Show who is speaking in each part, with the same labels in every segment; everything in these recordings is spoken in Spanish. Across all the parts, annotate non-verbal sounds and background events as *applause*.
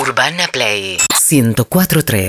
Speaker 1: Urbana Play 1043.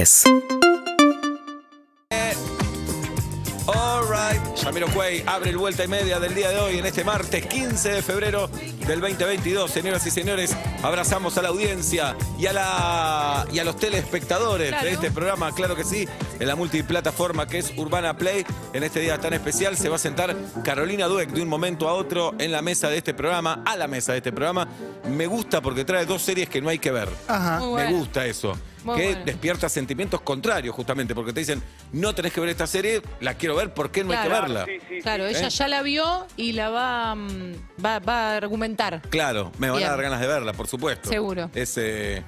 Speaker 2: Alright, Yamiro Cuey abre el vuelta y media del día de hoy en este martes 15 de febrero del 2022. Señoras y señores, abrazamos a la audiencia y a la y a los telespectadores de este programa, claro que sí, en la multiplataforma que es Urbana Play. En este día tan especial se va a sentar Carolina Dueck de un momento a otro en la mesa de este programa, a la mesa de este programa. Me gusta porque trae dos series que no hay que ver.
Speaker 3: Ajá.
Speaker 4: Muy
Speaker 2: Me
Speaker 4: bueno.
Speaker 2: gusta eso.
Speaker 4: Muy
Speaker 2: que
Speaker 4: bueno.
Speaker 2: despierta sentimientos contrarios, justamente, porque te dicen, no tenés que ver esta serie, la quiero ver, ¿por qué no hay que
Speaker 4: Claro.
Speaker 2: verla?
Speaker 4: Claro,
Speaker 2: sí.
Speaker 4: ella
Speaker 2: ¿Eh?
Speaker 4: ya la vio y la va, mm, va, va a argumentar.
Speaker 2: Claro, me van
Speaker 4: Bien.
Speaker 2: a dar ganas de verla, por supuesto.
Speaker 4: Seguro.
Speaker 2: Es eh,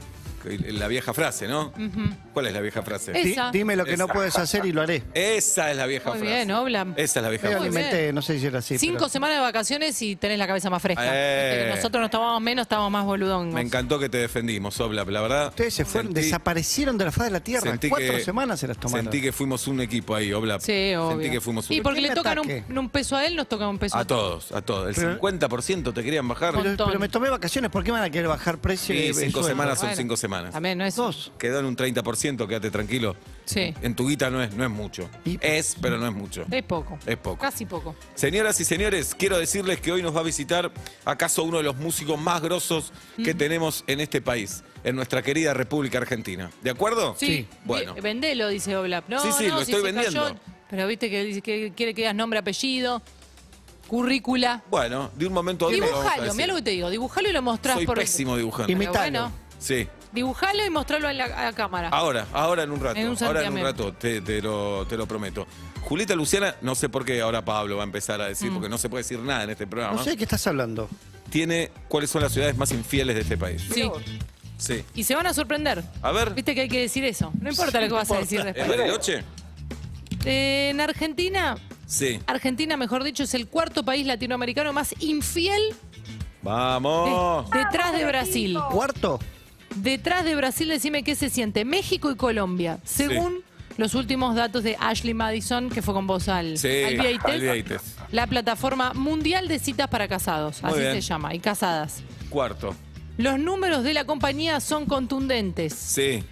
Speaker 2: la vieja frase, ¿no? ¿Cuál es la vieja frase?
Speaker 4: Es-
Speaker 3: Di-
Speaker 4: Esa.
Speaker 3: dime lo que no
Speaker 2: Esa.
Speaker 3: puedes hacer y lo haré.
Speaker 2: Esa es la vieja
Speaker 4: Muy
Speaker 2: frase.
Speaker 4: bien, Oblan.
Speaker 2: Esa es la vieja
Speaker 3: Medio
Speaker 4: Muy
Speaker 2: frase.
Speaker 4: bien.
Speaker 3: alimenté, no sé si era así.
Speaker 4: Cinco
Speaker 3: pero-
Speaker 4: semanas de vacaciones y tenés la cabeza más fresca.
Speaker 2: Eh.
Speaker 4: Viste que Nosotros nos tomábamos menos, estábamos más boludón.
Speaker 2: Me encantó que te defendimos, Obla, la verdad.
Speaker 3: Ustedes se fueron,
Speaker 2: sentí-
Speaker 3: desaparecieron de la faz de la tierra.
Speaker 2: sentí
Speaker 3: Cuatro
Speaker 2: que-
Speaker 3: semanas se las tomaron.
Speaker 2: Sentí que fuimos un equipo ahí, Obla.
Speaker 4: Sí, obvio.
Speaker 2: Sentí que fuimos
Speaker 4: Y
Speaker 2: un
Speaker 4: porque
Speaker 3: ¿Por qué
Speaker 4: le
Speaker 3: me
Speaker 4: tocan un,
Speaker 3: ataque?
Speaker 4: un peso a él, nos toca un peso
Speaker 2: A
Speaker 4: ti.
Speaker 2: todos, a todos. El
Speaker 3: Pero-
Speaker 2: 50% te querían bajar.
Speaker 3: pero,
Speaker 4: montón.
Speaker 3: pero me tomé vacaciones, ¿por qué van a querer bajar precio?
Speaker 2: Sí,
Speaker 3: y- y
Speaker 2: cinco
Speaker 3: sueldo? Ah,
Speaker 2: semanas son
Speaker 4: Bueno.
Speaker 2: cinco semanas.
Speaker 4: También no es.
Speaker 3: Dos.
Speaker 2: Quedó en un 30%, quédate tranquilo.
Speaker 4: Sí.
Speaker 2: En tu guita no es, no es mucho.
Speaker 3: Y-
Speaker 2: Es, pero no es mucho.
Speaker 4: Es poco.
Speaker 2: Es poco.
Speaker 4: Casi poco.
Speaker 2: Señoras y señores, quiero decirles que hoy nos va a visitar acaso uno de los músicos más grosos que
Speaker 4: Mm.
Speaker 2: tenemos en este país, en nuestra querida República Argentina. ¿De acuerdo?
Speaker 4: Sí.
Speaker 2: Bueno.
Speaker 4: Ve- Vendelo, dice Oblap. No,
Speaker 2: Sí, sí,
Speaker 4: no,
Speaker 2: lo
Speaker 4: si
Speaker 2: estoy
Speaker 4: se cayó-
Speaker 2: vendiendo.
Speaker 4: pero viste que dice que quiere que digas nombre, apellido, currícula.
Speaker 2: Bueno, de un momento a otro. lo vamos a
Speaker 4: Dibujalo,
Speaker 2: decir.
Speaker 4: mira lo que te digo. Dibujalo y lo mostrás
Speaker 2: Soy
Speaker 4: por
Speaker 2: pésimo dibujante.
Speaker 4: Pero
Speaker 3: Imitalo.
Speaker 4: bueno,
Speaker 2: Sí.
Speaker 4: dibujalo y mostralo a la, a la cámara.
Speaker 2: Ahora, ahora en un rato.
Speaker 4: En un
Speaker 2: ahora en un
Speaker 4: santiamén.
Speaker 2: rato, te, te lo, te lo prometo. Julita Luciana, no sé por qué ahora Pablo va a empezar a
Speaker 4: Mm.
Speaker 2: decir, porque no se puede decir nada en este programa.
Speaker 3: No sé de qué estás hablando.
Speaker 2: Tiene cuáles son las ciudades más infieles de este país.
Speaker 4: Sí.
Speaker 2: Sí.
Speaker 4: Y se van a sorprender.
Speaker 2: A ver,
Speaker 4: Viste que hay que decir eso. No importa lo que vas a decir
Speaker 2: ¿es
Speaker 4: después.
Speaker 2: Bariloche?
Speaker 4: Eh, en Argentina,
Speaker 2: Sí.
Speaker 4: Argentina, mejor dicho, es el cuarto país latinoamericano más infiel de-
Speaker 2: Vamos.
Speaker 4: Eh, detrás de Brasil.
Speaker 3: Cuarto,
Speaker 4: Detrás de Brasil, decime qué se siente. México y Colombia, según los últimos datos de Ashley Madison, que fue con vos al,
Speaker 2: Sí,
Speaker 4: al VA Test,
Speaker 2: al VA Test.
Speaker 4: la plataforma mundial de citas para casados,
Speaker 2: Muy
Speaker 4: así
Speaker 2: bien.
Speaker 4: se llama, y casadas.
Speaker 2: Cuarto.
Speaker 4: Los números de la compañía son contundentes.
Speaker 2: Sí.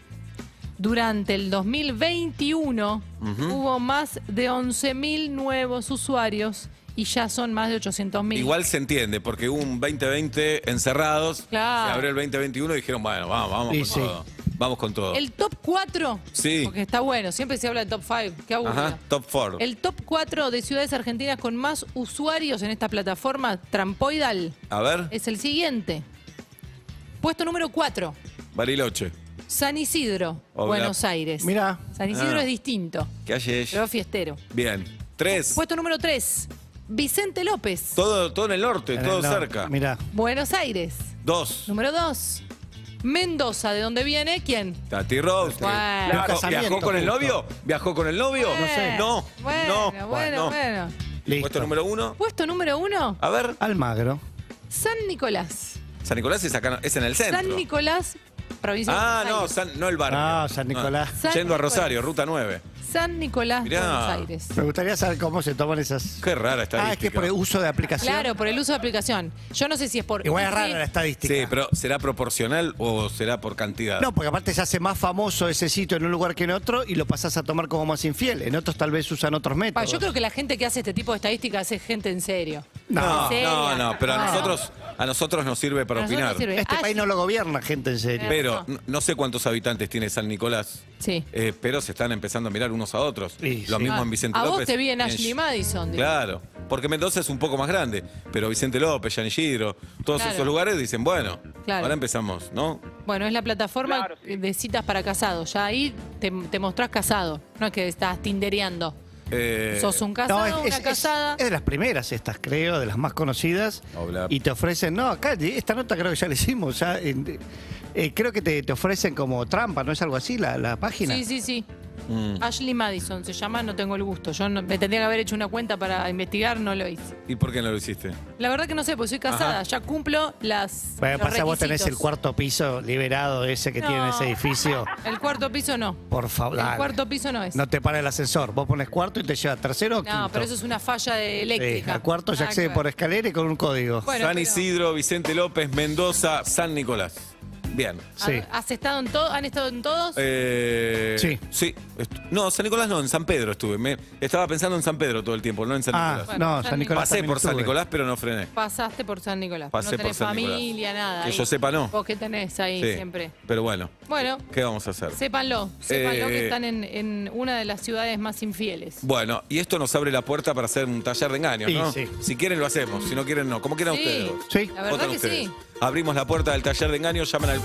Speaker 4: Durante el 2021 hubo más de 11.000 nuevos usuarios y ya son más de 800.000.
Speaker 2: Igual se entiende, porque hubo un 2020 encerrados.
Speaker 4: Claro.
Speaker 2: Se abrió el 2021 y dijeron, bueno, vamos, vamos
Speaker 3: Y
Speaker 2: con
Speaker 3: sí.
Speaker 2: todo. Vamos con todo.
Speaker 4: El top 4,
Speaker 2: Sí.
Speaker 4: porque está bueno, siempre se habla del top 5, qué aburrido.
Speaker 2: Ajá, top 4.
Speaker 4: El top 4 de ciudades argentinas con más usuarios en esta plataforma trampoidal
Speaker 2: A ver,
Speaker 4: es el siguiente. Puesto número 4,
Speaker 2: Bariloche.
Speaker 4: San Isidro,
Speaker 2: Hola.
Speaker 4: Buenos Aires.
Speaker 3: mirá.
Speaker 4: San Isidro
Speaker 2: Ah.
Speaker 4: es distinto,
Speaker 2: ¿Qué hay?
Speaker 4: pero fiestero.
Speaker 2: Bien. Tres.
Speaker 4: Puesto número 3, Vicente López,
Speaker 2: Todo, todo en el norte,
Speaker 3: en
Speaker 2: todo
Speaker 3: el norte.
Speaker 2: cerca.
Speaker 3: Mirá.
Speaker 4: Buenos Aires.
Speaker 2: Dos.
Speaker 4: Número 2, Mendoza, ¿de dónde viene? ¿Quién?
Speaker 2: Tati Rose.
Speaker 4: Bueno.
Speaker 2: ¿Viajó-
Speaker 3: Casamiento,
Speaker 2: ¿Viajó con el
Speaker 3: justo.
Speaker 2: novio? ¿Viajó con el novio?
Speaker 4: No sé.
Speaker 2: No.
Speaker 4: Bueno,
Speaker 2: no,
Speaker 4: bueno,
Speaker 2: no.
Speaker 4: bueno.
Speaker 2: Puesto
Speaker 3: Listo.
Speaker 2: número uno.
Speaker 4: Puesto número 1,
Speaker 2: A ver,
Speaker 3: Almagro.
Speaker 4: San Nicolás.
Speaker 2: San Nicolás es, acá, es en el centro.
Speaker 4: San Nicolás, provincia de
Speaker 2: Ah,
Speaker 4: Buenos
Speaker 2: no,
Speaker 4: Aires.
Speaker 2: San- no el barrio.
Speaker 3: Ah, San Nicolás.
Speaker 4: San
Speaker 2: Yendo a
Speaker 4: Nicolás.
Speaker 2: Rosario, ruta 9.
Speaker 4: San Nicolás,
Speaker 2: Mirá.
Speaker 4: Buenos Aires.
Speaker 3: Me gustaría saber cómo se toman esas.
Speaker 2: Qué rara está.
Speaker 3: Ah, es que por el uso de aplicación.
Speaker 4: Claro, por el uso de aplicación. Yo no sé si es por.
Speaker 3: Igual es eh,
Speaker 4: sí,
Speaker 3: rara la estadística.
Speaker 2: Sí, pero ¿será proporcional o será por cantidad?
Speaker 3: No, porque aparte se hace más famoso ese sitio en un lugar que en otro y lo pasas a tomar como más infiel. En otros tal vez usan otros
Speaker 4: Pa,
Speaker 3: métodos.
Speaker 4: Yo creo que la gente que hace este tipo de estadísticas es gente en serio.
Speaker 2: no,
Speaker 4: en serio.
Speaker 2: no, no, pero a nosotros, a nosotros nos sirve para
Speaker 4: A nosotros
Speaker 2: opinar.
Speaker 4: nos sirve.
Speaker 3: Este
Speaker 4: Ah,
Speaker 3: país
Speaker 4: sí.
Speaker 3: no lo gobierna gente en serio.
Speaker 2: Pero no- no sé cuántos habitantes tiene San Nicolás,
Speaker 4: Sí.
Speaker 2: eh, pero se están empezando a mirar unos a otros.
Speaker 3: Sí,
Speaker 2: Lo
Speaker 3: sí.
Speaker 2: mismo
Speaker 4: Ah,
Speaker 2: en Vicente
Speaker 4: a
Speaker 2: López.
Speaker 4: vos te vi en
Speaker 2: y
Speaker 4: Ashley
Speaker 2: Gi-
Speaker 4: Madison. digo.
Speaker 2: Claro, porque Mendoza es un poco más grande, pero Vicente López, Yanigiro, todos
Speaker 4: Claro.
Speaker 2: esos lugares dicen, bueno,
Speaker 4: Claro.
Speaker 2: ahora empezamos, ¿no?
Speaker 4: Bueno, es la plataforma de citas para casados. Ya ahí te, te mostrás casado. No es que estás tindereando.
Speaker 2: Eh,
Speaker 4: Sos un
Speaker 3: No,
Speaker 4: casado, una casada.
Speaker 3: es de las primeras estas, creo, de las más conocidas.
Speaker 2: Obla.
Speaker 3: Y te ofrecen, no, acá, esta nota creo que ya la hicimos, ya, en- eh, creo que te, te ofrecen como trampa, ¿no es algo así la, la página?
Speaker 4: Sí, sí, sí.
Speaker 2: Mm.
Speaker 3: Mm.
Speaker 4: Ashley Madison se llama, no tengo el gusto. Yo no- me tendría que haber hecho una cuenta para investigar, no lo hice.
Speaker 2: ¿Y por qué no lo hiciste?
Speaker 4: La verdad que no sé, porque soy casada,
Speaker 2: Ajá.
Speaker 4: ya cumplo las.
Speaker 3: Bueno,
Speaker 4: los
Speaker 3: pasa vos tenés
Speaker 4: requisitos.
Speaker 3: el cuarto piso liberado ese que
Speaker 4: No.
Speaker 3: tiene ese edificio.
Speaker 4: El cuarto piso no.
Speaker 3: Por favor.
Speaker 4: El
Speaker 3: dale.
Speaker 4: cuarto piso no es.
Speaker 3: Ah, No te para el ascensor. Vos pones cuarto y te lleva tercero o quinto.
Speaker 4: No, pero eso es una falla de
Speaker 3: Sí,
Speaker 4: eléctrica.
Speaker 3: al cuarto ya
Speaker 4: Nada
Speaker 3: accede
Speaker 4: que
Speaker 3: por
Speaker 4: ver.
Speaker 3: escalera y con un código.
Speaker 4: Bueno,
Speaker 2: San
Speaker 4: pero-
Speaker 2: Isidro, Vicente López, Mendoza, San Nicolás. Bien.
Speaker 3: Sí.
Speaker 4: ¿Ha- ¿Has estado en todo? ¿Han estado en todos?
Speaker 2: Eh,
Speaker 3: Sí.
Speaker 2: Sí. Est- No, San Nicolás no, en San Pedro estuve. Me, estaba pensando en San Pedro todo el tiempo, no en San
Speaker 3: Ah,
Speaker 2: Nicolás.
Speaker 3: no, San Nicolás.
Speaker 2: Pasé
Speaker 3: también
Speaker 2: por San
Speaker 3: estuve.
Speaker 2: Nicolás, pero no frené.
Speaker 4: Pasaste por San Nicolás.
Speaker 2: Pasé
Speaker 4: no
Speaker 2: por
Speaker 4: tenés
Speaker 2: San Nicolás.
Speaker 4: familia, nada.
Speaker 2: Que
Speaker 4: ahí.
Speaker 2: yo sepa, no.
Speaker 4: Vos que tenés ahí
Speaker 2: Sí.
Speaker 4: siempre.
Speaker 2: Pero bueno,
Speaker 4: Bueno,
Speaker 2: ¿qué vamos a hacer?
Speaker 4: sépanlo. Sépanlo
Speaker 2: Eh,
Speaker 4: que están en, en una de las ciudades más infieles.
Speaker 2: Bueno, y esto nos abre la puerta para hacer un taller de engaños,
Speaker 3: Y
Speaker 2: ¿no?
Speaker 3: sí.
Speaker 2: Si quieren lo hacemos, si no quieren no. Como quieran ustedes. dos.
Speaker 3: Sí.
Speaker 4: La verdad
Speaker 2: Votan
Speaker 4: que
Speaker 2: ustedes.
Speaker 4: sí.
Speaker 2: Abrimos la puerta del taller de engaños, llaman al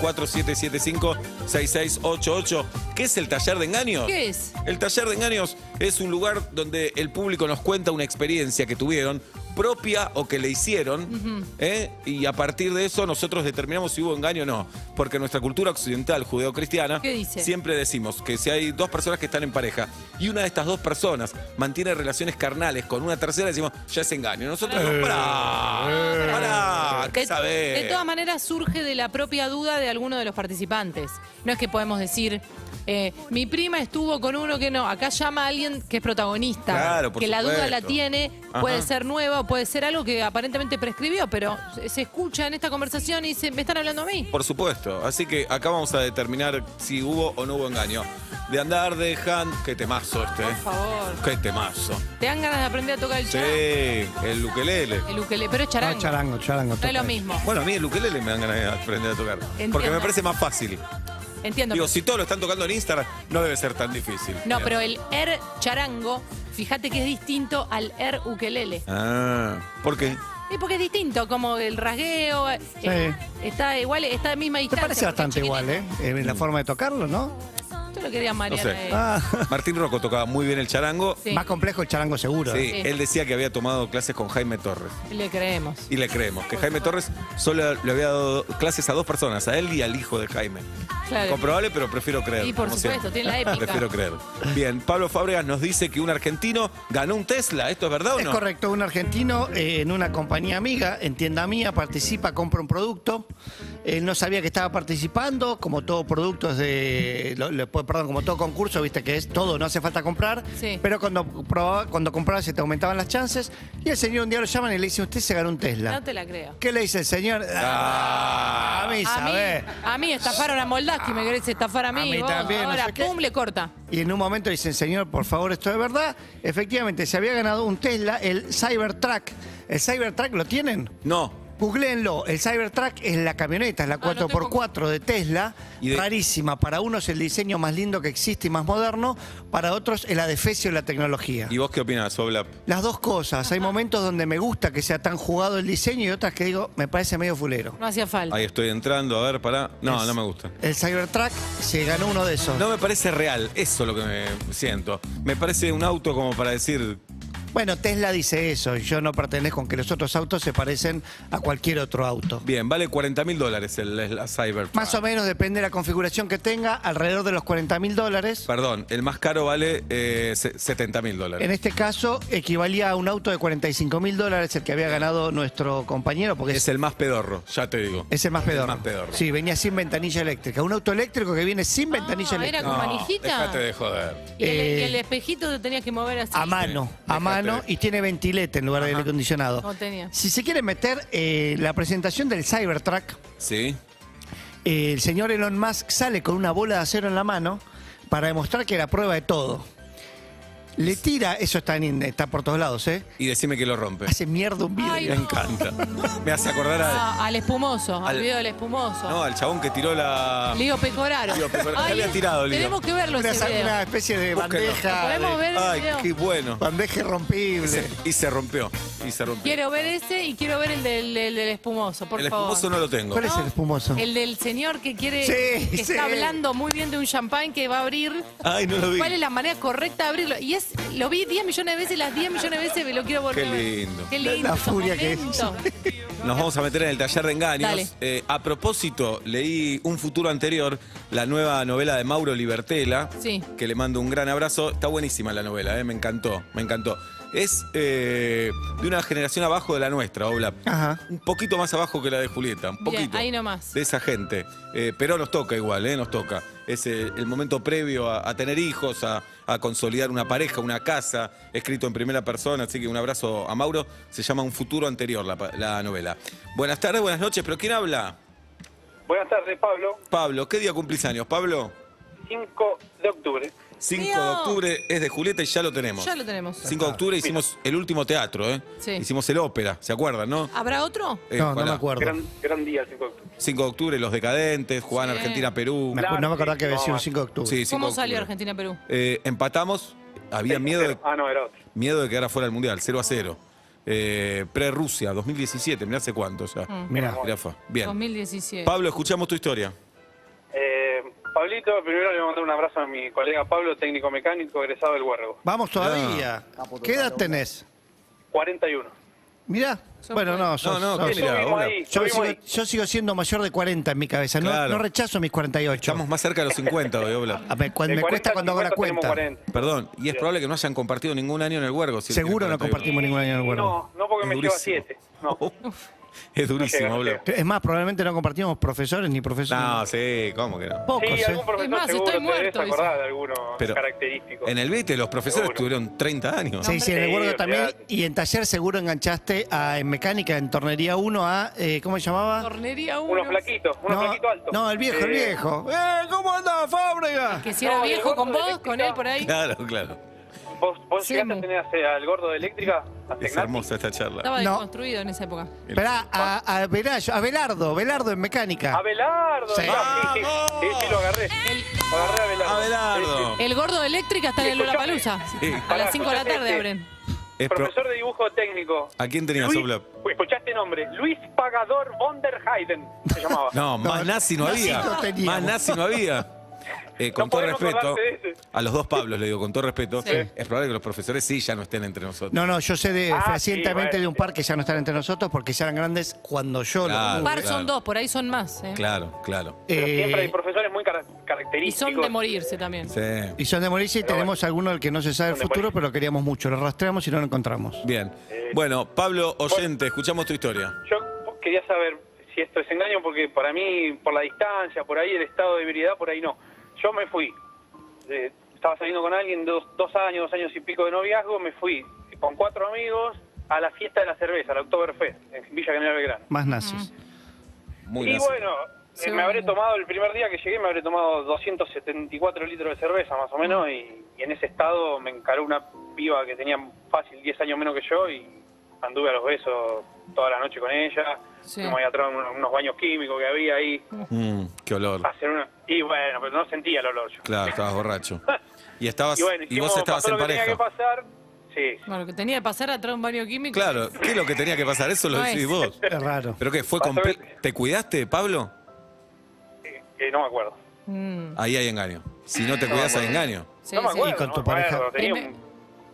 Speaker 2: 4775-6688. ¿Qué es el taller de engaños?
Speaker 4: ¿Qué es?
Speaker 2: El taller de engaños es un lugar donde el público nos cuenta una experiencia que tuvieron, propia o que le hicieron, ¿eh? y a partir de eso nosotros determinamos si hubo engaño o no. Porque en nuestra cultura occidental judeocristiana
Speaker 4: ¿Qué dice?
Speaker 2: siempre decimos que si hay dos personas que están en pareja y una de estas dos personas mantiene relaciones carnales con una tercera, decimos, ya es engaño. Nosotros no, pará, pará, Ah, ¿qué
Speaker 4: Eh, De,
Speaker 2: sabés?
Speaker 4: de todas maneras surge de la propia duda de alguno de los participantes. No es que podemos decir, eh, mi prima estuvo con uno que no. Acá llama a alguien que es protagonista.
Speaker 2: Claro, por
Speaker 4: que la duda la
Speaker 2: supuesto.
Speaker 4: tiene,
Speaker 2: Ajá.
Speaker 4: puede ser nueva, puede ser algo que aparentemente prescribió, pero se- se escucha en esta conversación y dice, me están hablando a mí.
Speaker 2: Por supuesto. Así que acá vamos a determinar si hubo o no hubo engaño. De andar, dejan. Qué temazo este.
Speaker 4: Por
Speaker 2: eh.
Speaker 4: favor.
Speaker 2: Qué temazo.
Speaker 4: ¿Te dan ganas de aprender a tocar el
Speaker 2: Sí,
Speaker 4: charango?
Speaker 2: el ukelele.
Speaker 4: El ukelele, pero es charango.
Speaker 3: No, charango, charango.
Speaker 4: No es lo
Speaker 3: toca.
Speaker 4: mismo.
Speaker 2: Bueno, a mí el ukelele me dan ganas de aprender a tocar. Porque
Speaker 4: Entiendo.
Speaker 2: me parece más fácil.
Speaker 4: Entiendo.
Speaker 2: Digo, si todos lo están tocando en Instagram, no debe ser tan difícil.
Speaker 4: No, pero el er charango, fíjate que es distinto al er ukelele.
Speaker 2: Ah, ¿por qué?
Speaker 4: Y porque es distinto, como el rasgueo. eh, está igual, está a misma
Speaker 3: Te
Speaker 4: distancia.
Speaker 3: parece
Speaker 4: porque es
Speaker 3: bastante igual, ¿eh?
Speaker 4: chiquitito.
Speaker 3: En
Speaker 2: Mm.
Speaker 3: la forma de tocarlo, ¿no?
Speaker 4: Yo lo quería Mariana.
Speaker 2: sé.
Speaker 4: eh.
Speaker 3: Ah,
Speaker 2: Martín Rocco tocaba muy bien el charango.
Speaker 4: Sí,
Speaker 3: Más complejo el charango seguro.
Speaker 2: Sí,
Speaker 4: Sí.
Speaker 2: él decía que había tomado clases con Jaime Torres.
Speaker 4: Le creemos.
Speaker 2: Y le creemos que Jaime Torres solo le había dado clases a dos personas, a él y al hijo de Jaime.
Speaker 4: Claro.
Speaker 2: Comprobable, pero prefiero creer.
Speaker 4: Y por
Speaker 2: como
Speaker 4: supuesto,
Speaker 2: siempre.
Speaker 4: tiene la épica.
Speaker 2: Prefiero creer. Bien, Pablo Fábregas nos dice que un argentino ganó un Tesla. ¿Esto es verdad o
Speaker 3: Es
Speaker 2: no?
Speaker 3: correcto, un argentino eh, en una compañía amiga, en tienda mía, participa, compra un producto. Él no sabía que estaba participando, como todo producto es de. lo- lo- perdón, como todo concurso, viste que es todo, no hace falta comprar.
Speaker 4: Sí.
Speaker 3: Pero cuando, probaba- cuando comprabas se te aumentaban las chances. Y el señor un día lo llaman y le dice: Usted se ganó un Tesla.
Speaker 4: No te la creo.
Speaker 3: ¿Qué le dice el señor?
Speaker 2: Ah.
Speaker 3: a mí,
Speaker 4: A mí,
Speaker 3: sabe.
Speaker 4: a mí estafaron a Moldaski, me querés estafar a mí.
Speaker 3: A mí
Speaker 4: vos.
Speaker 3: también, no
Speaker 4: Ahora,
Speaker 3: sé qué.
Speaker 4: pum, le corta.
Speaker 3: Y en un momento dicen, señor, por favor, esto es verdad. Efectivamente, se había ganado un Tesla, el Cybertruck. ¿El Cybertruck lo tienen?
Speaker 2: No.
Speaker 3: Googleenlo, el Cybertruck es la camioneta, es la
Speaker 4: no Ah, tengo-
Speaker 3: 4x4 de Tesla,
Speaker 2: Y de-
Speaker 3: rarísima. Para unos el diseño más lindo que existe y más moderno, para otros el adefesio de la tecnología.
Speaker 2: ¿Y vos qué opinás, Oblap?
Speaker 3: Las dos cosas, hay momentos donde me gusta que sea tan jugado el diseño y otras que digo, me parece medio fulero.
Speaker 4: No hacía falta.
Speaker 2: Ahí estoy entrando, a ver, pará. No, no me gusta.
Speaker 3: El Cybertruck se ganó uno de esos.
Speaker 2: No me parece real, eso es lo que me siento. Me parece un auto como para decir,
Speaker 3: Bueno, Tesla dice eso, yo no pertenezco con que los otros autos se parecen a cualquier otro auto.
Speaker 2: bien, vale 40 mil dólares el, la Cybertruck.
Speaker 3: Más o menos depende de la configuración que tenga, alrededor de los 40 mil dólares.
Speaker 2: Perdón, el más caro vale eh, se- 70 mil dólares.
Speaker 3: En este caso, equivalía a un auto de 45 mil dólares el que había ganado nuestro compañero, porque
Speaker 2: Es el más pedorro, ya te digo.
Speaker 3: es el más pedorro.
Speaker 2: el más pedorro.
Speaker 3: Sí, venía sin ventanilla eléctrica. Un auto eléctrico que viene sin ventanilla
Speaker 4: Ah, era
Speaker 3: eléctrica.
Speaker 4: como manijita.
Speaker 2: Déjate de joder.
Speaker 4: y, el,
Speaker 3: eh,
Speaker 4: y el espejito te tenías que mover así.
Speaker 3: A mano,
Speaker 2: Sí,
Speaker 3: a mano
Speaker 2: dejate.
Speaker 3: y tiene ventilete en lugar de aire acondicionado.
Speaker 4: No tenía.
Speaker 3: Si se quiere meter eh, la presentación del Cybertruck,
Speaker 2: Sí.
Speaker 3: eh, el señor Elon Musk sale con una bola de acero en la mano para demostrar que era prueba de todo. Le tira, eso está, en- está por todos lados, ¿eh?
Speaker 2: Y decime que lo rompe.
Speaker 3: Hace mierda un vidrio.
Speaker 4: Ay,
Speaker 2: Me
Speaker 4: no.
Speaker 2: encanta. Me hace acordar a-
Speaker 4: Ah, al espumoso, al,
Speaker 2: Al-
Speaker 4: video del espumoso.
Speaker 2: no, al chabón que tiró la.
Speaker 4: Lío Pecoraro.
Speaker 2: Lío Pecoraro. ¿Qué le ha tirado, Lío?
Speaker 4: Tenemos que verlo
Speaker 3: una,
Speaker 4: ese video.
Speaker 3: una especie de
Speaker 2: Búsquenlo.
Speaker 3: bandeja.
Speaker 4: Podemos
Speaker 3: de-
Speaker 4: ver el
Speaker 2: Ay,
Speaker 4: video.
Speaker 2: qué bueno.
Speaker 3: Bandeja irrompible.
Speaker 2: Se- y se rompió. Y se rompió.
Speaker 4: Quiero ver ese y quiero ver el del, del- del espumoso, por
Speaker 2: el
Speaker 4: favor.
Speaker 2: espumoso no lo tengo.
Speaker 3: ¿Cuál es el espumoso?
Speaker 4: El del señor que quiere,
Speaker 3: Sí,
Speaker 4: que
Speaker 3: sí.
Speaker 4: está hablando muy bien de un champán que va a abrir.
Speaker 2: Ay, no lo vi.
Speaker 4: ¿Cuál es la manera correcta de abrirlo? Y es, lo vi 10 millones de veces, las 10 millones de veces me lo quiero volver.
Speaker 2: Qué
Speaker 4: a ver.
Speaker 2: lindo.
Speaker 4: Qué lindo.
Speaker 3: La
Speaker 4: esos
Speaker 3: furia que es.
Speaker 4: momentos.
Speaker 2: Nos vamos a meter en el taller de
Speaker 4: Dale.
Speaker 2: engaños. Eh, a propósito, leí Un futuro anterior, la nueva novela de Mauro Libertela,
Speaker 4: Sí.
Speaker 2: que le mando un gran abrazo. Está buenísima la novela, eh, me encantó, me encantó. Es eh, de una generación abajo de la nuestra, Obla.
Speaker 3: Ajá.
Speaker 2: Un poquito más abajo que la de Julieta, un
Speaker 4: Bien,
Speaker 2: poquito.
Speaker 4: ahí nomás.
Speaker 2: De esa gente. Eh, pero nos toca igual, eh, nos toca. Es eh, el momento previo a, a tener hijos, a, a consolidar una pareja, una casa, escrito en primera persona, así que un abrazo a Mauro. Se llama Un futuro anterior la, pa- la novela. Buenas tardes, buenas noches, pero ¿quién habla?
Speaker 5: Buenas tardes, Pablo.
Speaker 2: Pablo, ¿qué día cumplís años, Pablo?
Speaker 5: 5 de octubre.
Speaker 2: 5
Speaker 4: Mío.
Speaker 2: de octubre es de Julieta y ya lo tenemos.
Speaker 4: Ya lo tenemos.
Speaker 2: 5 de octubre hicimos el último teatro, ¿eh?
Speaker 4: Sí.
Speaker 2: Hicimos el ópera, ¿se acuerdan, no?
Speaker 4: ¿Habrá otro?
Speaker 2: Eh,
Speaker 3: no, no me
Speaker 2: ojalá.
Speaker 3: acuerdo.
Speaker 5: Gran, gran día el 5 de octubre.
Speaker 2: 5 de octubre, Los Decadentes, jugaban
Speaker 4: Sí.
Speaker 2: Argentina-Perú.
Speaker 3: Me acu- no me acordaba que había sido el
Speaker 5: No.
Speaker 3: 5 de octubre.
Speaker 2: Sí, 5
Speaker 4: ¿Cómo
Speaker 2: de
Speaker 4: salió
Speaker 2: octubre.
Speaker 4: Argentina-Perú?
Speaker 2: Eh, empatamos, había miedo de,
Speaker 5: Ah, no, era otro.
Speaker 2: miedo de quedar afuera del Mundial, 0 a 0. Eh, Pre-Rusia, 2017, mirá hace cuánto ya.
Speaker 4: Mm.
Speaker 3: Mirá.
Speaker 2: Mirá, fue. Bien.
Speaker 4: 2017.
Speaker 2: Pablo, escuchamos tu historia.
Speaker 5: Eh, Pablito, primero le voy a mandar un abrazo a mi colega Pablo, técnico mecánico, egresado del Huergo.
Speaker 3: Vamos todavía. ¿Qué edad tenés?
Speaker 5: 41.
Speaker 3: Mirá.
Speaker 4: Son
Speaker 3: Bueno, no,
Speaker 2: No,
Speaker 3: sos-
Speaker 2: no,
Speaker 3: sos-
Speaker 2: ¿qué
Speaker 5: Estuvimos
Speaker 2: mirá, hola.
Speaker 5: ahí,
Speaker 3: yo,
Speaker 5: estuvimos
Speaker 3: sigo,
Speaker 5: ahí.
Speaker 3: yo sigo siendo mayor de 40 en mi cabeza. No,
Speaker 2: Claro.
Speaker 3: no rechazo mis 48.
Speaker 2: Estamos más cerca de los 50 hoy, Oblak.
Speaker 3: A ver, cu-
Speaker 5: De
Speaker 3: me
Speaker 5: 40
Speaker 3: cuesta
Speaker 5: a
Speaker 3: cuando hago la
Speaker 5: 50 tenemos
Speaker 3: cuenta.
Speaker 5: 40.
Speaker 2: Perdón, y es probable que no hayan compartido ningún año en el huergo. si él
Speaker 3: Seguro
Speaker 2: tiene
Speaker 3: no
Speaker 2: 41.
Speaker 3: compartimos ningún año en el huergo.
Speaker 5: No, no porque me lleva 7. No.
Speaker 2: *laughs* Es durísimo,
Speaker 5: No llega,
Speaker 2: Oblak.
Speaker 3: Es más, probablemente no compartimos profesores ni profesores.
Speaker 2: No, sí, ¿cómo que no?
Speaker 3: Pocos,
Speaker 5: Sí,
Speaker 3: ¿eh?
Speaker 5: algún profesor
Speaker 4: Es más, estoy
Speaker 5: seguro te debes
Speaker 4: muerto, dice.
Speaker 5: acordar de alguno
Speaker 2: Pero-
Speaker 5: característico.
Speaker 2: En el BITE los profesores
Speaker 5: Seguro.
Speaker 2: tuvieron 30 años.
Speaker 3: Sí, sí, en el
Speaker 5: Sí,
Speaker 3: huergo también.
Speaker 5: olvidate.
Speaker 3: Y en taller seguro enganchaste a, en mecánica, en tornería 1 a, eh, ¿cómo se llamaba?
Speaker 4: Tornería uno.
Speaker 5: Unos flaquitos, unos
Speaker 3: no,
Speaker 5: flaquitos altos.
Speaker 3: no, el viejo, el
Speaker 5: Eh,
Speaker 3: viejo. ¡Eh, cómo anda, Fábrega!
Speaker 4: Que si era
Speaker 5: No, el
Speaker 4: viejo
Speaker 5: gordo
Speaker 4: con
Speaker 5: de
Speaker 4: vos,
Speaker 5: eléctrica.
Speaker 4: con él por ahí.
Speaker 2: Claro, claro.
Speaker 5: ¿Vos, vos
Speaker 4: Sí,
Speaker 5: llegaste
Speaker 4: mu-
Speaker 5: a tener hace- al gordo de eléctrica? A
Speaker 2: Es
Speaker 5: Tecnati?
Speaker 2: hermosa esta charla.
Speaker 4: Estaba
Speaker 3: No.
Speaker 4: desconstruido en esa época.
Speaker 3: Esperá, a, a, Velallo- a Belardo, Belardo en mecánica.
Speaker 5: A Belardo.
Speaker 3: Sí.
Speaker 5: Sí, sí, sí, sí, lo agarré. Lo agarré a Belardo.
Speaker 2: Abelardo.
Speaker 4: El gordo de eléctrica está en el Lola
Speaker 5: Escuchame.
Speaker 4: Palusa.
Speaker 2: Sí.
Speaker 4: A las
Speaker 5: Pará,
Speaker 4: 5 de la
Speaker 5: escuchame
Speaker 4: tarde
Speaker 5: este.
Speaker 4: abren.
Speaker 2: Es pro-
Speaker 5: Profesor de dibujo técnico.
Speaker 2: ¿A quién tenías,
Speaker 5: Luis,
Speaker 2: Oblak?
Speaker 5: escuchaste nombre. Luis Pagador von der Heiden se llamaba.
Speaker 2: No, más nazi no
Speaker 3: nazi
Speaker 2: había.
Speaker 3: no teníamos.
Speaker 2: Más nazi no
Speaker 3: *laughs*
Speaker 2: había. Eh, con
Speaker 5: No
Speaker 2: todo
Speaker 5: podemos
Speaker 2: respeto,
Speaker 5: acordarte de ese.
Speaker 2: a los dos Pablos le digo, con todo respeto,
Speaker 4: Sí.
Speaker 2: es probable que los profesores sí ya no estén entre nosotros.
Speaker 3: No, no, yo sé de,
Speaker 5: Ah,
Speaker 3: fehacientemente
Speaker 5: sí, bueno.
Speaker 3: de un par que ya no están entre nosotros porque ya eran grandes cuando yo
Speaker 2: Claro.
Speaker 3: lo
Speaker 4: Par
Speaker 2: claro.
Speaker 4: son dos, por ahí son más. ¿eh?
Speaker 2: Claro, claro.
Speaker 5: Pero
Speaker 3: Eh,
Speaker 5: siempre hay profesores muy cara-
Speaker 4: Y
Speaker 5: característicos.
Speaker 4: son de morirse también.
Speaker 2: Sí.
Speaker 3: y son de Morirse y
Speaker 5: Pero
Speaker 3: tenemos alguno del que no se sabe el
Speaker 5: Son de
Speaker 3: futuro,
Speaker 5: Morirse.
Speaker 3: pero lo queríamos mucho. Lo rastreamos y no lo encontramos.
Speaker 2: Bien.
Speaker 5: Eh,
Speaker 2: Bueno, Pablo Oyente, escuchamos tu historia.
Speaker 5: Yo quería saber si esto es engaño, porque para mí, por la distancia, por ahí el estado de ebriedad, por ahí no. Yo me fui. Eh, estaba saliendo con alguien, dos, dos años, dos años y pico de noviazgo, me fui con cuatro amigos a la fiesta de la cerveza, la Oktoberfest, en Villa General Belgrano.
Speaker 3: Más nazis.
Speaker 2: Muy
Speaker 5: y
Speaker 2: nazi.
Speaker 5: bueno,
Speaker 4: Sí,
Speaker 5: eh, me
Speaker 4: bueno.
Speaker 5: habré tomado, el primer día que llegué, me habré tomado 274 litros de cerveza, más o menos, y, y en ese estado me encaró una piba que tenía fácil 10 años menos que yo y anduve a los besos toda la noche con ella.
Speaker 4: Sí.
Speaker 5: Fuimos ahí atrás a unos, unos baños químicos que había ahí.
Speaker 2: Mm, qué olor.
Speaker 5: a hacer una- Y bueno, pero no sentía el olor yo.
Speaker 2: Claro, estabas
Speaker 5: *laughs*
Speaker 2: borracho. Y estabas
Speaker 5: Y bueno,
Speaker 2: y vos
Speaker 5: hicimos-
Speaker 2: estabas
Speaker 5: pasó
Speaker 2: en
Speaker 5: lo que
Speaker 2: pareja.
Speaker 5: tenía que pasar. Sí, sí.
Speaker 4: Bueno, lo que tenía que pasar atrás de un baño químico.
Speaker 2: Claro, ¿qué es lo que tenía que pasar? Eso lo
Speaker 4: No
Speaker 2: decís
Speaker 4: es.
Speaker 2: vos.
Speaker 3: *laughs* Es raro.
Speaker 2: ¿Pero qué? ¿Fue
Speaker 5: Pasó
Speaker 2: comple-
Speaker 5: que-
Speaker 2: ¿Te cuidaste, Pablo?
Speaker 5: Eh, eh, no me acuerdo.
Speaker 4: Mm,
Speaker 2: Ahí hay engaño. Si no te cuidas, hay engaño.
Speaker 4: sí,
Speaker 5: no me
Speaker 4: sí.
Speaker 5: acuerdo.
Speaker 3: Y con
Speaker 5: no
Speaker 3: tu
Speaker 5: me acuerdo,
Speaker 3: pareja.
Speaker 5: Tenía
Speaker 4: Prime-
Speaker 5: un,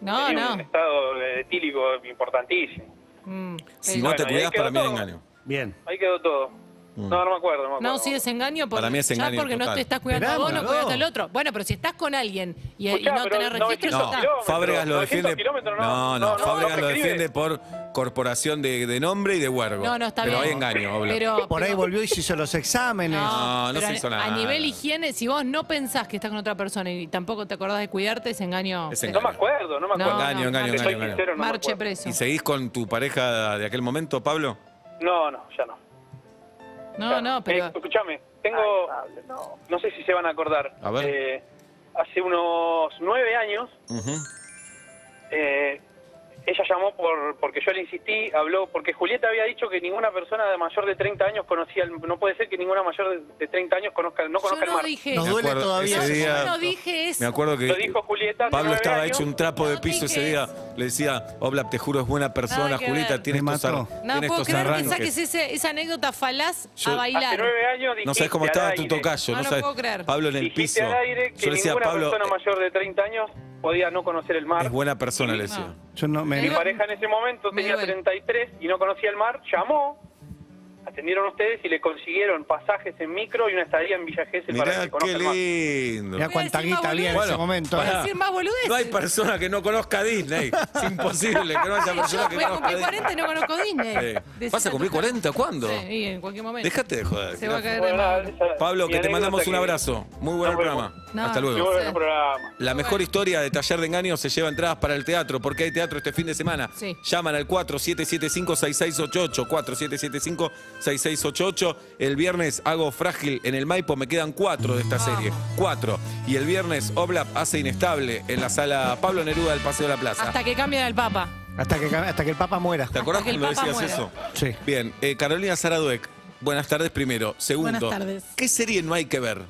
Speaker 4: No,
Speaker 5: tenía un
Speaker 4: no.
Speaker 5: estado etílico importantísimo.
Speaker 4: Mm,
Speaker 2: Si
Speaker 4: sí.
Speaker 2: no
Speaker 5: Bueno,
Speaker 2: te
Speaker 5: y ahí
Speaker 2: cuidas,
Speaker 5: quedó
Speaker 2: para mí hay
Speaker 5: todo.
Speaker 2: engaño. Mm.
Speaker 3: Bien.
Speaker 5: Ahí quedó todo. No, no me acuerdo. No, me acuerdo.
Speaker 4: No, si es engaño, porque,
Speaker 2: Para mí es engaño
Speaker 4: ya porque no
Speaker 2: total.
Speaker 4: te estás cuidando a vos, no
Speaker 3: Esperamos,
Speaker 4: cuidaste
Speaker 3: no.
Speaker 4: al otro. Bueno, pero si estás con alguien y, y
Speaker 5: Escuchá,
Speaker 4: no
Speaker 5: pero
Speaker 4: tenés registro, ya
Speaker 2: No,
Speaker 5: 900
Speaker 4: está.
Speaker 5: kilómetros,
Speaker 2: Fábregas lo
Speaker 5: 900
Speaker 2: defiende.
Speaker 5: kilómetros,
Speaker 2: No,
Speaker 5: no,
Speaker 2: no,
Speaker 5: no,
Speaker 2: Fábregas
Speaker 5: no
Speaker 2: lo
Speaker 5: prescribe.
Speaker 2: defiende por corporación de, de nombre y de huergo.
Speaker 4: No, no, está
Speaker 2: Pero
Speaker 4: bien.
Speaker 2: hay engaño, habla.
Speaker 4: Pero,
Speaker 3: Eh, Por ahí
Speaker 4: pero-
Speaker 3: volvió y se hizo los exámenes.
Speaker 2: No, no
Speaker 4: pero
Speaker 2: se
Speaker 4: a-
Speaker 2: hizo
Speaker 4: A
Speaker 2: nada.
Speaker 4: nivel higiene, si vos no pensás que estás con otra persona y tampoco te acordás de cuidarte, ese engaño.
Speaker 2: Es engaño.
Speaker 5: No me acuerdo, no me
Speaker 4: No,
Speaker 5: acuerdo. Ah,
Speaker 4: Engaño, no, engaño,
Speaker 5: Te soy
Speaker 2: engaño, engaño.
Speaker 5: sincero, no me
Speaker 4: Marche
Speaker 5: acuerdo.
Speaker 4: preso.
Speaker 2: ¿Y seguís con tu pareja de aquel momento, Pablo?
Speaker 5: No, no, ya no.
Speaker 4: No, no, pero.
Speaker 5: Eh, escúchame, tengo. no. sé si se van a acordar.
Speaker 2: A ver.
Speaker 5: Eh, hace unos nueve años,
Speaker 2: Ujú.
Speaker 5: eh, ella llamó por porque yo le insistí, habló, porque Julieta había dicho que ninguna persona de mayor de 30 años conocía el. No puede ser que ninguna mayor de, de 30 años conozca, no
Speaker 4: Yo
Speaker 5: conozca el
Speaker 4: no
Speaker 5: mar.
Speaker 4: dije
Speaker 3: Nos
Speaker 4: eso.
Speaker 3: duele
Speaker 2: acuerdo,
Speaker 3: todavía.
Speaker 2: ese
Speaker 3: ese
Speaker 2: día-
Speaker 4: Yo no
Speaker 3: momento.
Speaker 4: dije eso.
Speaker 2: Me acuerdo que
Speaker 5: Lo dijo Julieta. hace
Speaker 2: Pablo
Speaker 5: nueve
Speaker 2: estaba
Speaker 5: años.
Speaker 2: hecho un trapo de
Speaker 4: No
Speaker 2: piso ese
Speaker 4: dije
Speaker 2: día.
Speaker 4: eso.
Speaker 2: Le decía, Oblap, te juro, es buena persona,
Speaker 4: Nada que
Speaker 2: Julita,
Speaker 4: ver.
Speaker 2: tiene
Speaker 3: Me
Speaker 2: estos,
Speaker 3: mató.
Speaker 2: ar-
Speaker 4: No
Speaker 2: tiene
Speaker 4: puedo
Speaker 2: estos
Speaker 4: creer que
Speaker 2: arranques.
Speaker 4: saques ese- esa anécdota falaz
Speaker 2: Yo- Hace
Speaker 4: a
Speaker 5: Hace
Speaker 4: bailar.
Speaker 5: nueve años
Speaker 2: No sabes
Speaker 5: dijiste
Speaker 2: cómo
Speaker 5: al
Speaker 2: estaba tu
Speaker 5: aire-
Speaker 2: tocayo,
Speaker 4: No
Speaker 2: no,
Speaker 4: lo
Speaker 2: sabes.
Speaker 4: puedo creer.
Speaker 2: Pablo en el
Speaker 5: dijiste
Speaker 2: piso.
Speaker 5: al aire que
Speaker 2: Yo le decía,
Speaker 5: ninguna
Speaker 2: Pablo,
Speaker 5: persona
Speaker 2: eh,
Speaker 5: mayor de 30 años podía no conocer el mar.
Speaker 2: es buena persona, le decía.
Speaker 3: Yo no me.
Speaker 5: Mi pareja en ese momento
Speaker 4: Me
Speaker 5: tenía
Speaker 4: duele.
Speaker 5: 33 y no conocía el mar, llamó, atendieron ustedes y le consiguieron pasajes en micro y una estadía en Villa Gesell para
Speaker 2: Mirá
Speaker 5: que conozca
Speaker 2: qué
Speaker 5: el mar.
Speaker 2: lindo.
Speaker 3: Mirá cuánta
Speaker 4: decir más
Speaker 3: guita había en
Speaker 4: boludeces.
Speaker 3: ese momento.
Speaker 4: Voy a
Speaker 2: pará.
Speaker 4: decir más boludeces.
Speaker 2: ¿eh? No hay persona que no conozca a Disney. Es imposible que no haya persona
Speaker 4: *laughs* Yo
Speaker 2: que
Speaker 4: voy a
Speaker 2: conozca a
Speaker 4: cumplir
Speaker 2: Disney.
Speaker 4: 40 y no conozco Disney.
Speaker 2: Sí.
Speaker 4: Decís
Speaker 2: ¿Vas a cumplir
Speaker 4: tu-
Speaker 2: 40? ¿Cuándo?
Speaker 4: Sí, y en cualquier momento.
Speaker 2: Dejate de joder.
Speaker 4: Se va a caer de
Speaker 5: Bueno, nada,
Speaker 4: maduro.
Speaker 5: esa-
Speaker 2: Pablo,
Speaker 5: mi
Speaker 2: que te
Speaker 5: anécdota
Speaker 2: mandamos
Speaker 5: que-
Speaker 2: un abrazo. Muy buen
Speaker 5: Nos vemos.
Speaker 2: programa.
Speaker 4: No,
Speaker 2: Hasta
Speaker 5: Qué
Speaker 2: luego.
Speaker 5: bueno programa.
Speaker 2: La mejor historia de taller de engaños se lleva entradas para el teatro, porque hay teatro este fin de semana.
Speaker 4: Sí.
Speaker 2: Llaman al 4775-6688, 4775-6688. El viernes hago frágil en el Maipo, me quedan cuatro de esta serie. Cuatro. Y el viernes Oblap hace inestable en la sala Pablo Neruda del Paseo de la Plaza.
Speaker 4: Hasta que cambien al Papa.
Speaker 3: Hasta que, hasta que el Papa muera.
Speaker 2: ¿Te acordás
Speaker 4: hasta que el
Speaker 2: cuando
Speaker 4: Papa
Speaker 2: decías
Speaker 4: muera.
Speaker 2: eso?
Speaker 3: Sí.
Speaker 2: Bien, eh, Carolina Zaraduec, buenas tardes primero. Segundo,
Speaker 6: Buenas tardes.
Speaker 2: ¿qué serie no hay que ver?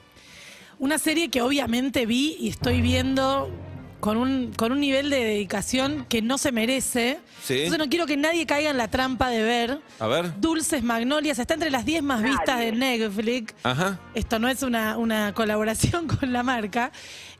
Speaker 6: Una serie que obviamente vi y estoy viendo con un, con un nivel de dedicación que no se merece.
Speaker 2: Sí.
Speaker 6: Entonces no quiero que nadie caiga en la trampa de ver.
Speaker 2: A ver.
Speaker 6: Dulces Magnolias está entre las 10 más vistas de Netflix.
Speaker 2: Ajá.
Speaker 6: Esto no es una, una colaboración *laughs* con la marca.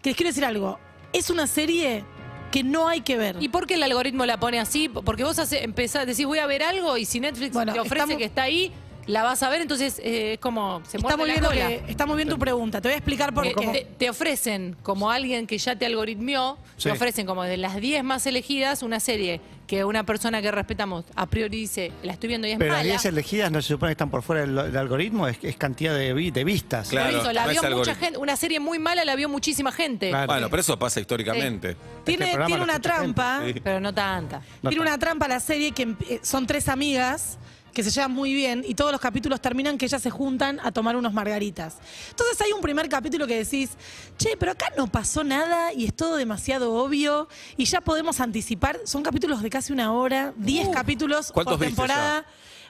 Speaker 6: Que les quiero decir algo. Es una serie que no hay que ver.
Speaker 4: ¿Y por qué el algoritmo la pone así? Porque vos hace, empezás, decís voy a ver algo y si Netflix
Speaker 6: Bueno,
Speaker 4: te ofrece
Speaker 6: estamos-
Speaker 4: que está ahí, la vas a ver, entonces eh, es como se
Speaker 6: está, muy
Speaker 4: muerde
Speaker 6: bien
Speaker 4: la Eh,
Speaker 6: lo
Speaker 4: cola.
Speaker 6: que- está muy bien tu pregunta. Te voy a explicar por
Speaker 4: Que
Speaker 6: qué.
Speaker 4: te, te ofrecen, como alguien que ya te algoritmió,
Speaker 3: Sí.
Speaker 4: te ofrecen como de las 10 más elegidas una serie que una persona que respetamos a priori dice, la estoy viendo y es
Speaker 3: Pero las
Speaker 4: mala.
Speaker 3: 10 elegidas no se supone que están por fuera del, del algoritmo, es, es cantidad de, vi- de vistas.
Speaker 2: Claro.
Speaker 4: Por eso, la
Speaker 2: no es
Speaker 4: vio mucha
Speaker 2: algoritmo.
Speaker 4: gente, una serie muy mala la vio muchísima gente,
Speaker 3: Claro.
Speaker 2: Bueno, pero eso pasa
Speaker 4: Eh,
Speaker 2: históricamente.
Speaker 6: Tiene,
Speaker 3: programa
Speaker 6: tiene
Speaker 3: lo
Speaker 6: una
Speaker 3: escucha gente.
Speaker 6: trampa.
Speaker 2: Sí.
Speaker 4: pero no tanta.
Speaker 3: No
Speaker 6: Tiene
Speaker 3: tanto.
Speaker 6: una trampa la serie que em- eh, son tres amigas que se llevan muy bien y todos los capítulos terminan que ellas se juntan a tomar unos margaritas. Entonces hay un primer capítulo que decís, che, pero acá no pasó nada y es todo demasiado obvio y ya podemos anticipar. Son capítulos de casi una hora, 10 capítulos
Speaker 2: ¿Cuántos
Speaker 6: por
Speaker 2: viste
Speaker 6: temporada.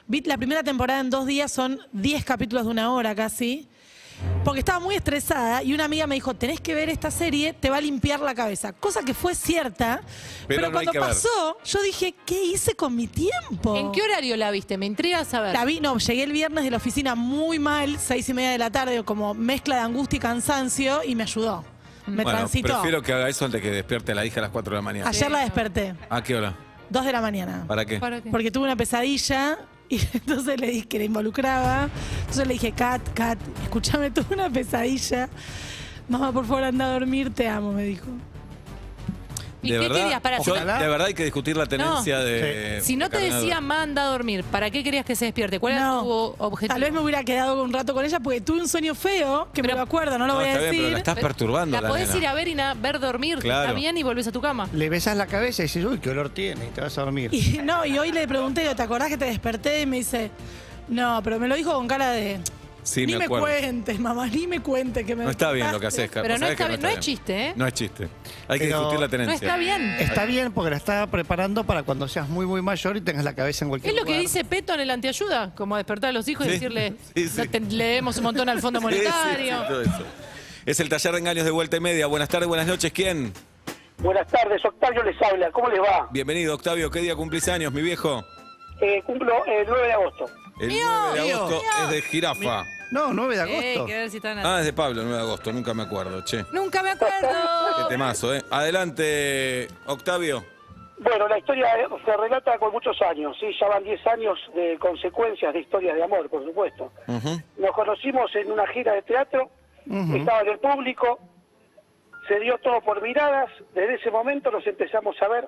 Speaker 6: Vi la primera temporada en dos días son 10 capítulos de una hora casi. Porque estaba muy estresada y una amiga me dijo, tenés que ver esta serie, te va a limpiar la cabeza. Cosa que fue cierta,
Speaker 2: Pero
Speaker 6: pero,
Speaker 2: no hay
Speaker 6: cuando
Speaker 2: que ver.
Speaker 6: pasó, yo dije, ¿qué hice con mi tiempo?
Speaker 4: ¿En qué horario la viste? Me intriga saber.
Speaker 6: La vi, no, llegué el viernes de la oficina muy mal, seis y media de la tarde, como mezcla de angustia y cansancio, y me ayudó. Me
Speaker 2: bueno,
Speaker 6: transitó.
Speaker 2: prefiero que haga eso antes que despierte a la hija a las 4 de la mañana.
Speaker 6: Ayer la desperté,
Speaker 2: ¿A qué hora?
Speaker 6: dos de la mañana.
Speaker 2: ¿Para qué?
Speaker 4: ¿Para qué?
Speaker 6: Porque tuve una pesadilla y *laughs* entonces le dije que la involucraba. Entonces le dije, Kat, Kat, escúchame, *laughs* tuve una pesadilla. Mamá, por favor, anda a dormir, te amo, me dijo.
Speaker 4: ¿Y
Speaker 2: de
Speaker 4: qué
Speaker 2: verdad,
Speaker 4: querías? Para
Speaker 2: yo-
Speaker 4: si-
Speaker 2: de verdad hay que discutir la tenencia
Speaker 4: No.
Speaker 2: de.
Speaker 4: Si no te
Speaker 2: Carolina
Speaker 4: decía manda a dormir, ¿para qué querías que se despierte? ¿Cuál
Speaker 6: No.
Speaker 4: era tu objetivo?
Speaker 6: Tal vez me hubiera quedado un rato con ella porque tuve un sueño feo, que me lo acuerdo, no lo
Speaker 2: No,
Speaker 6: voy a
Speaker 2: está bien,
Speaker 6: decir.
Speaker 2: pero la estás perturbando.
Speaker 4: La
Speaker 2: la
Speaker 4: podés
Speaker 2: nena.
Speaker 4: ir a ver y na- ver dormir,
Speaker 2: Claro.
Speaker 4: está bien, y volvés a
Speaker 2: *laughs*
Speaker 4: tu cama.
Speaker 3: Le besás la cabeza y dices, uy, qué olor tiene, y te vas a
Speaker 4: *laughs*
Speaker 3: dormir.
Speaker 6: Y no, y hoy le pregunté, digo, ¿te acordás que te desperté? Y me dice, no, pero me lo dijo con cara de.
Speaker 2: Sí,
Speaker 6: ni
Speaker 2: me
Speaker 6: me,
Speaker 2: acuerdo.
Speaker 6: cuentes, mamá, ni me cuentes que me
Speaker 2: No está bien lo que
Speaker 6: despertaste".
Speaker 2: haces, Carlos.
Speaker 4: Pero no está bien, no es chiste, ¿eh?
Speaker 2: No es chiste. Hay que
Speaker 3: Pero-
Speaker 2: discutir la
Speaker 4: No
Speaker 2: tenencia.
Speaker 4: está bien.
Speaker 3: Está bien porque la está preparando para cuando seas muy, muy mayor y tengas la cabeza en cualquier
Speaker 4: Es lo que
Speaker 3: lugar.
Speaker 4: dice Peto en el antiayuda, como despertar a los hijos
Speaker 2: Sí,
Speaker 4: y decirle,
Speaker 2: *laughs* sí, sí.
Speaker 4: "No te- le debemos un montón al
Speaker 2: *laughs*
Speaker 4: Fondo
Speaker 2: Sí, sí, sí,
Speaker 4: Monetario.
Speaker 2: todo eso. Es el taller de engaños de vuelta y media. Buenas tardes, buenas noches. ¿Quién?
Speaker 7: Buenas tardes, Octavio les habla. ¿Cómo les va?
Speaker 2: Bienvenido, Octavio. ¿Qué día cumplís años, mi viejo?
Speaker 7: Eh, cumplo el 9 de agosto.
Speaker 2: El
Speaker 4: Mío,
Speaker 2: 9 de
Speaker 3: mío,
Speaker 2: agosto es de jirafa.
Speaker 3: No, 9 de
Speaker 4: Eh,
Speaker 3: agosto.
Speaker 4: que ver si están a-
Speaker 2: Ah, es de Pablo, el 9 de agosto. Nunca me acuerdo, che.
Speaker 4: Nunca me acuerdo.
Speaker 2: Qué temazo, ¿eh? Adelante, Octavio.
Speaker 7: Bueno, la historia eh, se relata con muchos años, ¿sí? ya van 10 años de consecuencias de historias de amor, por supuesto.
Speaker 2: Ujú.
Speaker 7: Nos conocimos en una gira de teatro, estaba en el público, se dio todo por miradas, desde ese momento nos empezamos a ver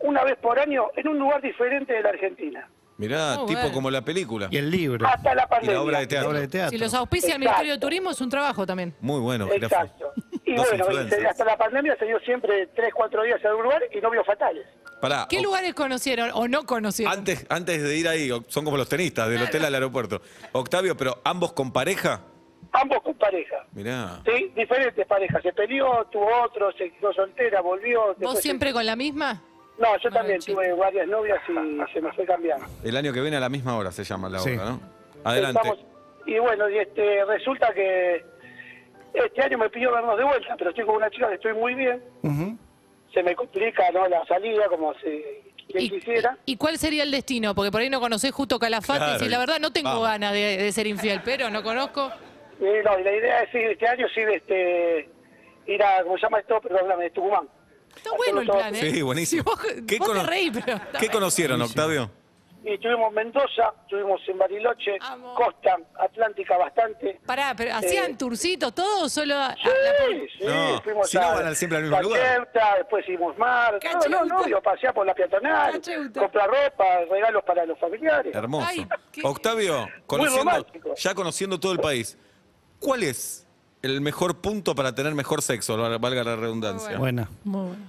Speaker 7: una vez por año en un lugar diferente de la Argentina,
Speaker 2: Mirá,
Speaker 4: Muy
Speaker 2: tipo
Speaker 4: bueno.
Speaker 2: como la película.
Speaker 3: Y el libro.
Speaker 7: hasta la
Speaker 2: Y
Speaker 7: pandemia.
Speaker 2: la obra de
Speaker 3: La obra
Speaker 2: teatro.
Speaker 3: de teatro.
Speaker 4: Si los auspicia el
Speaker 7: Exacto.
Speaker 4: Ministerio de Turismo es un trabajo también.
Speaker 2: Muy bueno, jirafa.
Speaker 7: Exacto. Y
Speaker 2: Dos
Speaker 7: bueno, y
Speaker 2: influencers.
Speaker 7: se- hasta la pandemia se dio siempre 3, 4 días en algún lugar y novios fatales.
Speaker 2: Pará,
Speaker 4: ¿Qué
Speaker 2: Oc-
Speaker 4: lugares conocieron o no conocieron?
Speaker 2: antes, antes de ir ahí, Oc- son como los tenistas, del hotel al aeropuerto. Octavio, pero ambos con pareja.
Speaker 7: Ambos con pareja.
Speaker 2: Mirá.
Speaker 7: Sí, diferentes parejas. Se peleó, tuvo otro, se quedó soltera, volvió.
Speaker 4: ¿Vos
Speaker 7: después-
Speaker 4: siempre con la misma?
Speaker 7: No, yo también
Speaker 4: chico.
Speaker 7: tuve varias novias y se me fue cambiando.
Speaker 2: El año que viene a la misma hora se llama la
Speaker 3: Sí.
Speaker 2: obra, ¿no? Adelante.
Speaker 7: Estamos- y bueno, y este resulta que este año me pidió vernos de vuelta, pero estoy con una chica que estoy muy bien.
Speaker 3: Ujú.
Speaker 7: Se me complica no la salida como se bien
Speaker 4: ¿Y,
Speaker 7: quisiera.
Speaker 4: y cuál sería el destino? Porque por ahí no conocés justo Calafate
Speaker 2: Claro,
Speaker 4: y decís, la verdad no tengo
Speaker 2: vamos.
Speaker 4: ganas de, de ser infiel, pero no conozco.
Speaker 7: Y, no, y la idea es ir este año sí este ir a ¿cómo se llama esto? Perdóname, Tucumán.
Speaker 4: Está bueno el plan, ¿eh?
Speaker 2: Sí, buenísimo.
Speaker 4: *laughs* Si vos
Speaker 2: ¿Qué
Speaker 4: vos te
Speaker 2: cono-
Speaker 4: reís, pero...
Speaker 2: ¿Qué
Speaker 4: está bien.
Speaker 2: conocieron, Octavio?
Speaker 7: Y estuvimos en Mendoza, estuvimos en Bariloche,
Speaker 4: Vamos.
Speaker 7: Costa, Atlántica bastante.
Speaker 4: Pará, pero ¿hacían
Speaker 7: Eh,
Speaker 4: turcitos todos o solo...? a- a-
Speaker 7: Sí,
Speaker 4: la-
Speaker 7: sí,
Speaker 2: No,
Speaker 7: fuimos
Speaker 2: si no van al- siempre al mismo
Speaker 7: Cacheuta, después hicimos mar, no, no,
Speaker 4: Cacheuta.
Speaker 7: no, digo, pasear por la peatonal,
Speaker 4: Cacheuta.
Speaker 7: comprar ropa, regalos para los familiares.
Speaker 2: Hermoso.
Speaker 4: Ay, qué-
Speaker 2: Octavio, conociendo,
Speaker 7: romántico.
Speaker 2: ya conociendo todo el país, ¿cuál es el mejor punto para tener mejor sexo, valga la redundancia.
Speaker 3: Bueno.
Speaker 6: Muy bueno.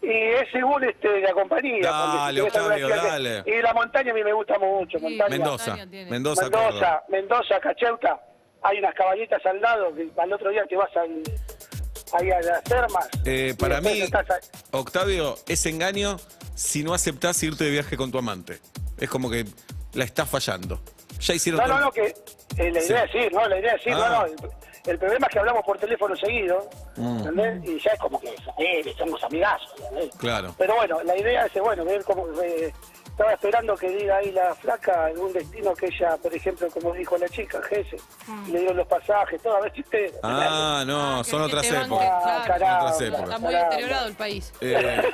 Speaker 7: Y es según este, la compañía.
Speaker 2: Dale,
Speaker 7: porque si tenés
Speaker 2: Octavio,
Speaker 7: alguna clase-
Speaker 2: dale.
Speaker 7: Y la montaña a mí me gusta mucho. Montaña.
Speaker 2: Mendoza,
Speaker 4: Antonio tiene.
Speaker 2: Mendoza, Córdoba.
Speaker 7: Mendoza, Mendoza, Cacheuta, hay unas caballitas al lado que al otro día te vas al- ahí a las termas.
Speaker 2: Eh,
Speaker 7: y
Speaker 2: para
Speaker 7: después
Speaker 2: mí,
Speaker 7: estás ahí.
Speaker 2: Octavio, es engaño si no aceptás irte de viaje con tu amante. Es como que la estás fallando. Ya hicieron
Speaker 7: No, no,
Speaker 2: todo-
Speaker 7: no, que eh, la
Speaker 2: Sí.
Speaker 7: idea es ir, ¿no? La idea es ir,
Speaker 2: Ah. Mm.
Speaker 7: no, no. El, el problema es que hablamos por teléfono seguido, ¿entendés? Y ya es como que eh, somos amigazos, ¿entendés?
Speaker 2: Claro.
Speaker 7: Pero bueno, la idea es, bueno, ver cómo... eh, estaba esperando que diga ahí la flaca algún destino que ella, por ejemplo, como dijo la chica, Gese, le dieron los pasajes, todo, a ver si usted...
Speaker 2: Ah, no,
Speaker 4: Ah, que
Speaker 2: son
Speaker 4: te
Speaker 2: otras
Speaker 4: banquen,
Speaker 2: épocas.
Speaker 7: Ah,
Speaker 4: claro.
Speaker 7: carajo,
Speaker 2: Otras épocas.
Speaker 4: Está muy
Speaker 7: carajo.
Speaker 4: deteriorado el país. *laughs*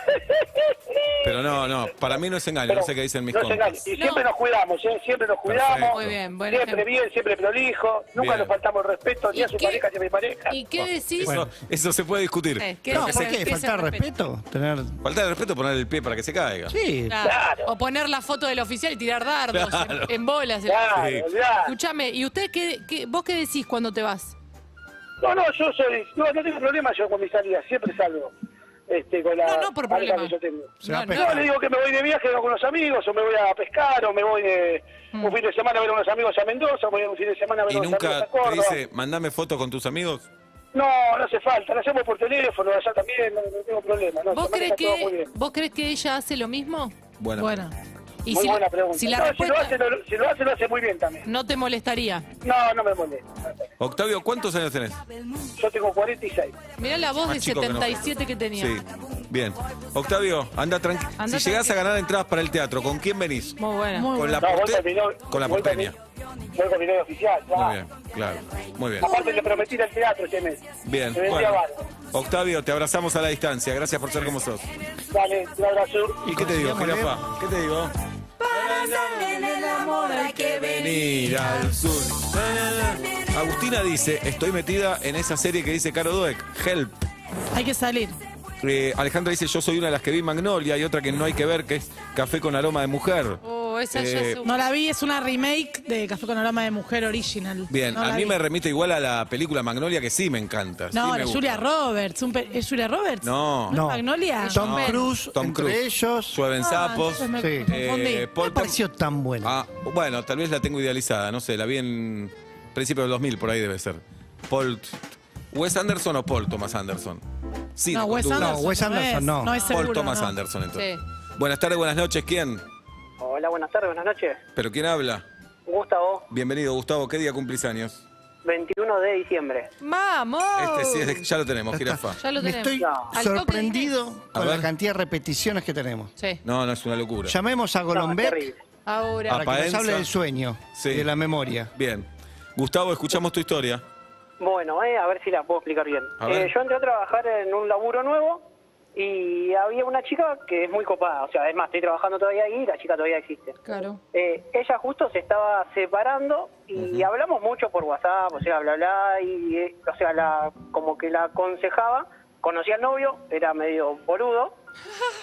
Speaker 2: Eh, pero no, no, para mí no es engaño, no Ah, sé qué dicen mis
Speaker 7: no se engañen.
Speaker 2: compas.
Speaker 7: Y siempre
Speaker 4: No.
Speaker 7: nos cuidamos, ¿eh? siempre nos
Speaker 2: Perfecto.
Speaker 7: cuidamos.
Speaker 2: Muy
Speaker 4: bien, buen
Speaker 7: siempre
Speaker 4: ejemplo.
Speaker 7: bien, siempre prolijo. Nunca
Speaker 2: Bien.
Speaker 7: nos faltamos el respeto, ni
Speaker 4: ¿Y
Speaker 7: a su
Speaker 4: qué-
Speaker 7: pareja ni a mi pareja.
Speaker 4: ¿Y qué decís?
Speaker 2: Eso, eso se puede discutir.
Speaker 4: Eh, ¿qué
Speaker 2: Pero
Speaker 3: No,
Speaker 2: que
Speaker 4: es?
Speaker 2: se-
Speaker 3: ¿por qué?
Speaker 4: Empieza
Speaker 3: ¿Faltar
Speaker 4: el
Speaker 3: respeto? Tener...
Speaker 2: Falta de respeto poner el pie para que se caiga.
Speaker 3: Sí,
Speaker 4: Claro.
Speaker 7: Claro.
Speaker 4: O poner la foto del oficial y tirar dardos
Speaker 2: Claro.
Speaker 4: en, en bolas.
Speaker 7: Claro,
Speaker 2: Sí.
Speaker 7: claro.
Speaker 4: Escúchame, ¿y usted qué, qué- vos qué decís cuando te vas?
Speaker 7: No, no, yo soy. No, no tengo problema yo con mis salidas, siempre salgo. Este, con la
Speaker 4: No, no por
Speaker 7: pareja
Speaker 4: problema.
Speaker 7: que yo tengo.
Speaker 3: Se va a
Speaker 4: No,
Speaker 7: No,
Speaker 3: pegar.
Speaker 7: le digo que me voy de viaje con unos amigos, o me voy a pescar, o me voy de,
Speaker 4: Mm.
Speaker 7: un fin de semana a ver a unos amigos a Mendoza, voy un fin de semana a ver
Speaker 2: Y
Speaker 7: a unos amigos
Speaker 2: nunca
Speaker 7: a
Speaker 2: te
Speaker 7: Córdoba.
Speaker 2: dice, mandame fotos con tus amigos.
Speaker 7: No, no hace falta, lo hacemos por teléfono, allá también, no, no tengo problema. No,
Speaker 4: ¿Vos
Speaker 7: se
Speaker 4: crees
Speaker 7: maneja todo muy
Speaker 4: que,
Speaker 7: bien.
Speaker 4: vos crees que ella hace lo mismo?
Speaker 2: Bueno,
Speaker 6: Bueno.
Speaker 4: Y
Speaker 7: Muy
Speaker 4: si,
Speaker 7: buena pregunta.
Speaker 4: si la
Speaker 7: No, si, lo
Speaker 4: respuesta
Speaker 7: hace, lo, si lo hace, lo hace muy bien también.
Speaker 4: no te molestaría.
Speaker 7: No, no me molesta.
Speaker 2: Octavio, ¿cuántos años tenés?
Speaker 7: Yo tengo 46.
Speaker 4: Mirá la voz
Speaker 2: Más
Speaker 4: de
Speaker 2: chico que no.
Speaker 4: 77 que, tenía.
Speaker 2: Sí, bien. Octavio, anda tranqui.
Speaker 4: Anda
Speaker 2: si llegás
Speaker 4: tranqui.
Speaker 2: a ganar entradas para el teatro, ¿con quién venís?
Speaker 4: Muy buena.
Speaker 6: Muy
Speaker 2: Con la,
Speaker 7: No, voy
Speaker 2: porte-
Speaker 7: con mi novio.
Speaker 2: con la
Speaker 7: voy mi-
Speaker 2: porteña.
Speaker 7: Voy con mi novio oficial, ya.
Speaker 2: Muy bien, claro. Muy bien.
Speaker 7: Aparte le prometí ir al teatro este mes.
Speaker 2: Bien,
Speaker 7: Me vendía
Speaker 2: bueno.
Speaker 7: bárbaro.
Speaker 2: Octavio, te abrazamos a la distancia. Gracias por ser como sos.
Speaker 7: Dale, un abrazo.
Speaker 2: ¿Y qué te digo,
Speaker 3: Consigamos
Speaker 2: jirafa? ¿Qué te digo? Venir al sur. Agustina dice, estoy metida en esa serie que dice Caro Dweck, Help.
Speaker 6: Hay que salir.
Speaker 2: Eh, Alejandra dice, yo soy una de las que vi Magnolia y otra que no hay que ver, que es Café con aroma de mujer.
Speaker 4: Oh, esa ya
Speaker 2: Eh,
Speaker 4: es un-
Speaker 6: No la vi, es una remake de Café con Aroma de Mujer original.
Speaker 2: Bien,
Speaker 6: No
Speaker 2: a
Speaker 6: la
Speaker 2: mí
Speaker 6: vi.
Speaker 2: me remite igual a la película Magnolia que sí me encanta. sí
Speaker 6: No,
Speaker 2: me
Speaker 6: la
Speaker 2: gusta.
Speaker 6: Julia Roberts. un pe- ¿Es Julia Roberts?
Speaker 2: No.
Speaker 6: Ah, ¿No
Speaker 3: No.
Speaker 6: es Magnolia?
Speaker 3: Tom
Speaker 2: No.
Speaker 3: Cruise,
Speaker 2: Tom
Speaker 3: entre
Speaker 2: Cruise.
Speaker 3: ellos.
Speaker 2: Llueven sapos.
Speaker 6: entonces me
Speaker 3: Sí.
Speaker 6: confundí.
Speaker 2: Eh,
Speaker 3: No
Speaker 2: Paul
Speaker 3: me pareció tan bueno.
Speaker 2: Ah, bueno, tal vez la tengo idealizada, no sé, la vi en principio del 2000, por ahí debe ser. Paul. ¿Wes Anderson o Paul Thomas Anderson? Sí,
Speaker 6: no,
Speaker 2: con
Speaker 6: Wes
Speaker 2: dudas.
Speaker 6: Anderson.
Speaker 3: No, Wes Anderson,
Speaker 6: es,
Speaker 3: no.
Speaker 6: es
Speaker 2: Paul
Speaker 6: seguro,
Speaker 2: Thomas
Speaker 6: no.
Speaker 2: Anderson, entonces.
Speaker 4: Sí.
Speaker 2: Buenas tardes, buenas noches, ¿quién?
Speaker 7: Hola, buenas tardes, buenas noches.
Speaker 2: ¿Pero quién habla?
Speaker 7: Gustavo,
Speaker 2: Bienvenido, Gustavo, ¿qué día cumplís años?
Speaker 7: 21 de diciembre.
Speaker 4: ¡Vamos!
Speaker 2: Este sí, es- ya lo tenemos, jirafa.
Speaker 4: Ya lo
Speaker 3: Me
Speaker 4: tenemos.
Speaker 3: estoy
Speaker 7: No.
Speaker 4: Al toque
Speaker 3: sorprendido
Speaker 2: A
Speaker 3: con la
Speaker 2: ver.
Speaker 3: cantidad de repeticiones que tenemos.
Speaker 4: Sí.
Speaker 2: No, no, es una locura.
Speaker 3: Llamemos a Golombek
Speaker 4: Ahora.
Speaker 2: Ah,
Speaker 3: para que nos
Speaker 2: Paenza.
Speaker 3: hable del sueño
Speaker 2: Sí.
Speaker 3: y de la memoria.
Speaker 2: Bien. Gustavo, escuchamos tu historia.
Speaker 7: Bueno, eh, a ver si la puedo explicar bien.
Speaker 2: A ver.
Speaker 7: Eh, yo entré a trabajar en un laburo nuevo y había una chica que es muy copada. O sea, es más, estoy trabajando todavía ahí y la chica todavía existe.
Speaker 4: Claro.
Speaker 7: Eh, ella justo se estaba separando y hablamos mucho por WhatsApp, o sea, bla, bla, y, eh, o sea, la, como que la aconsejaba. Conocí al novio, era medio boludo.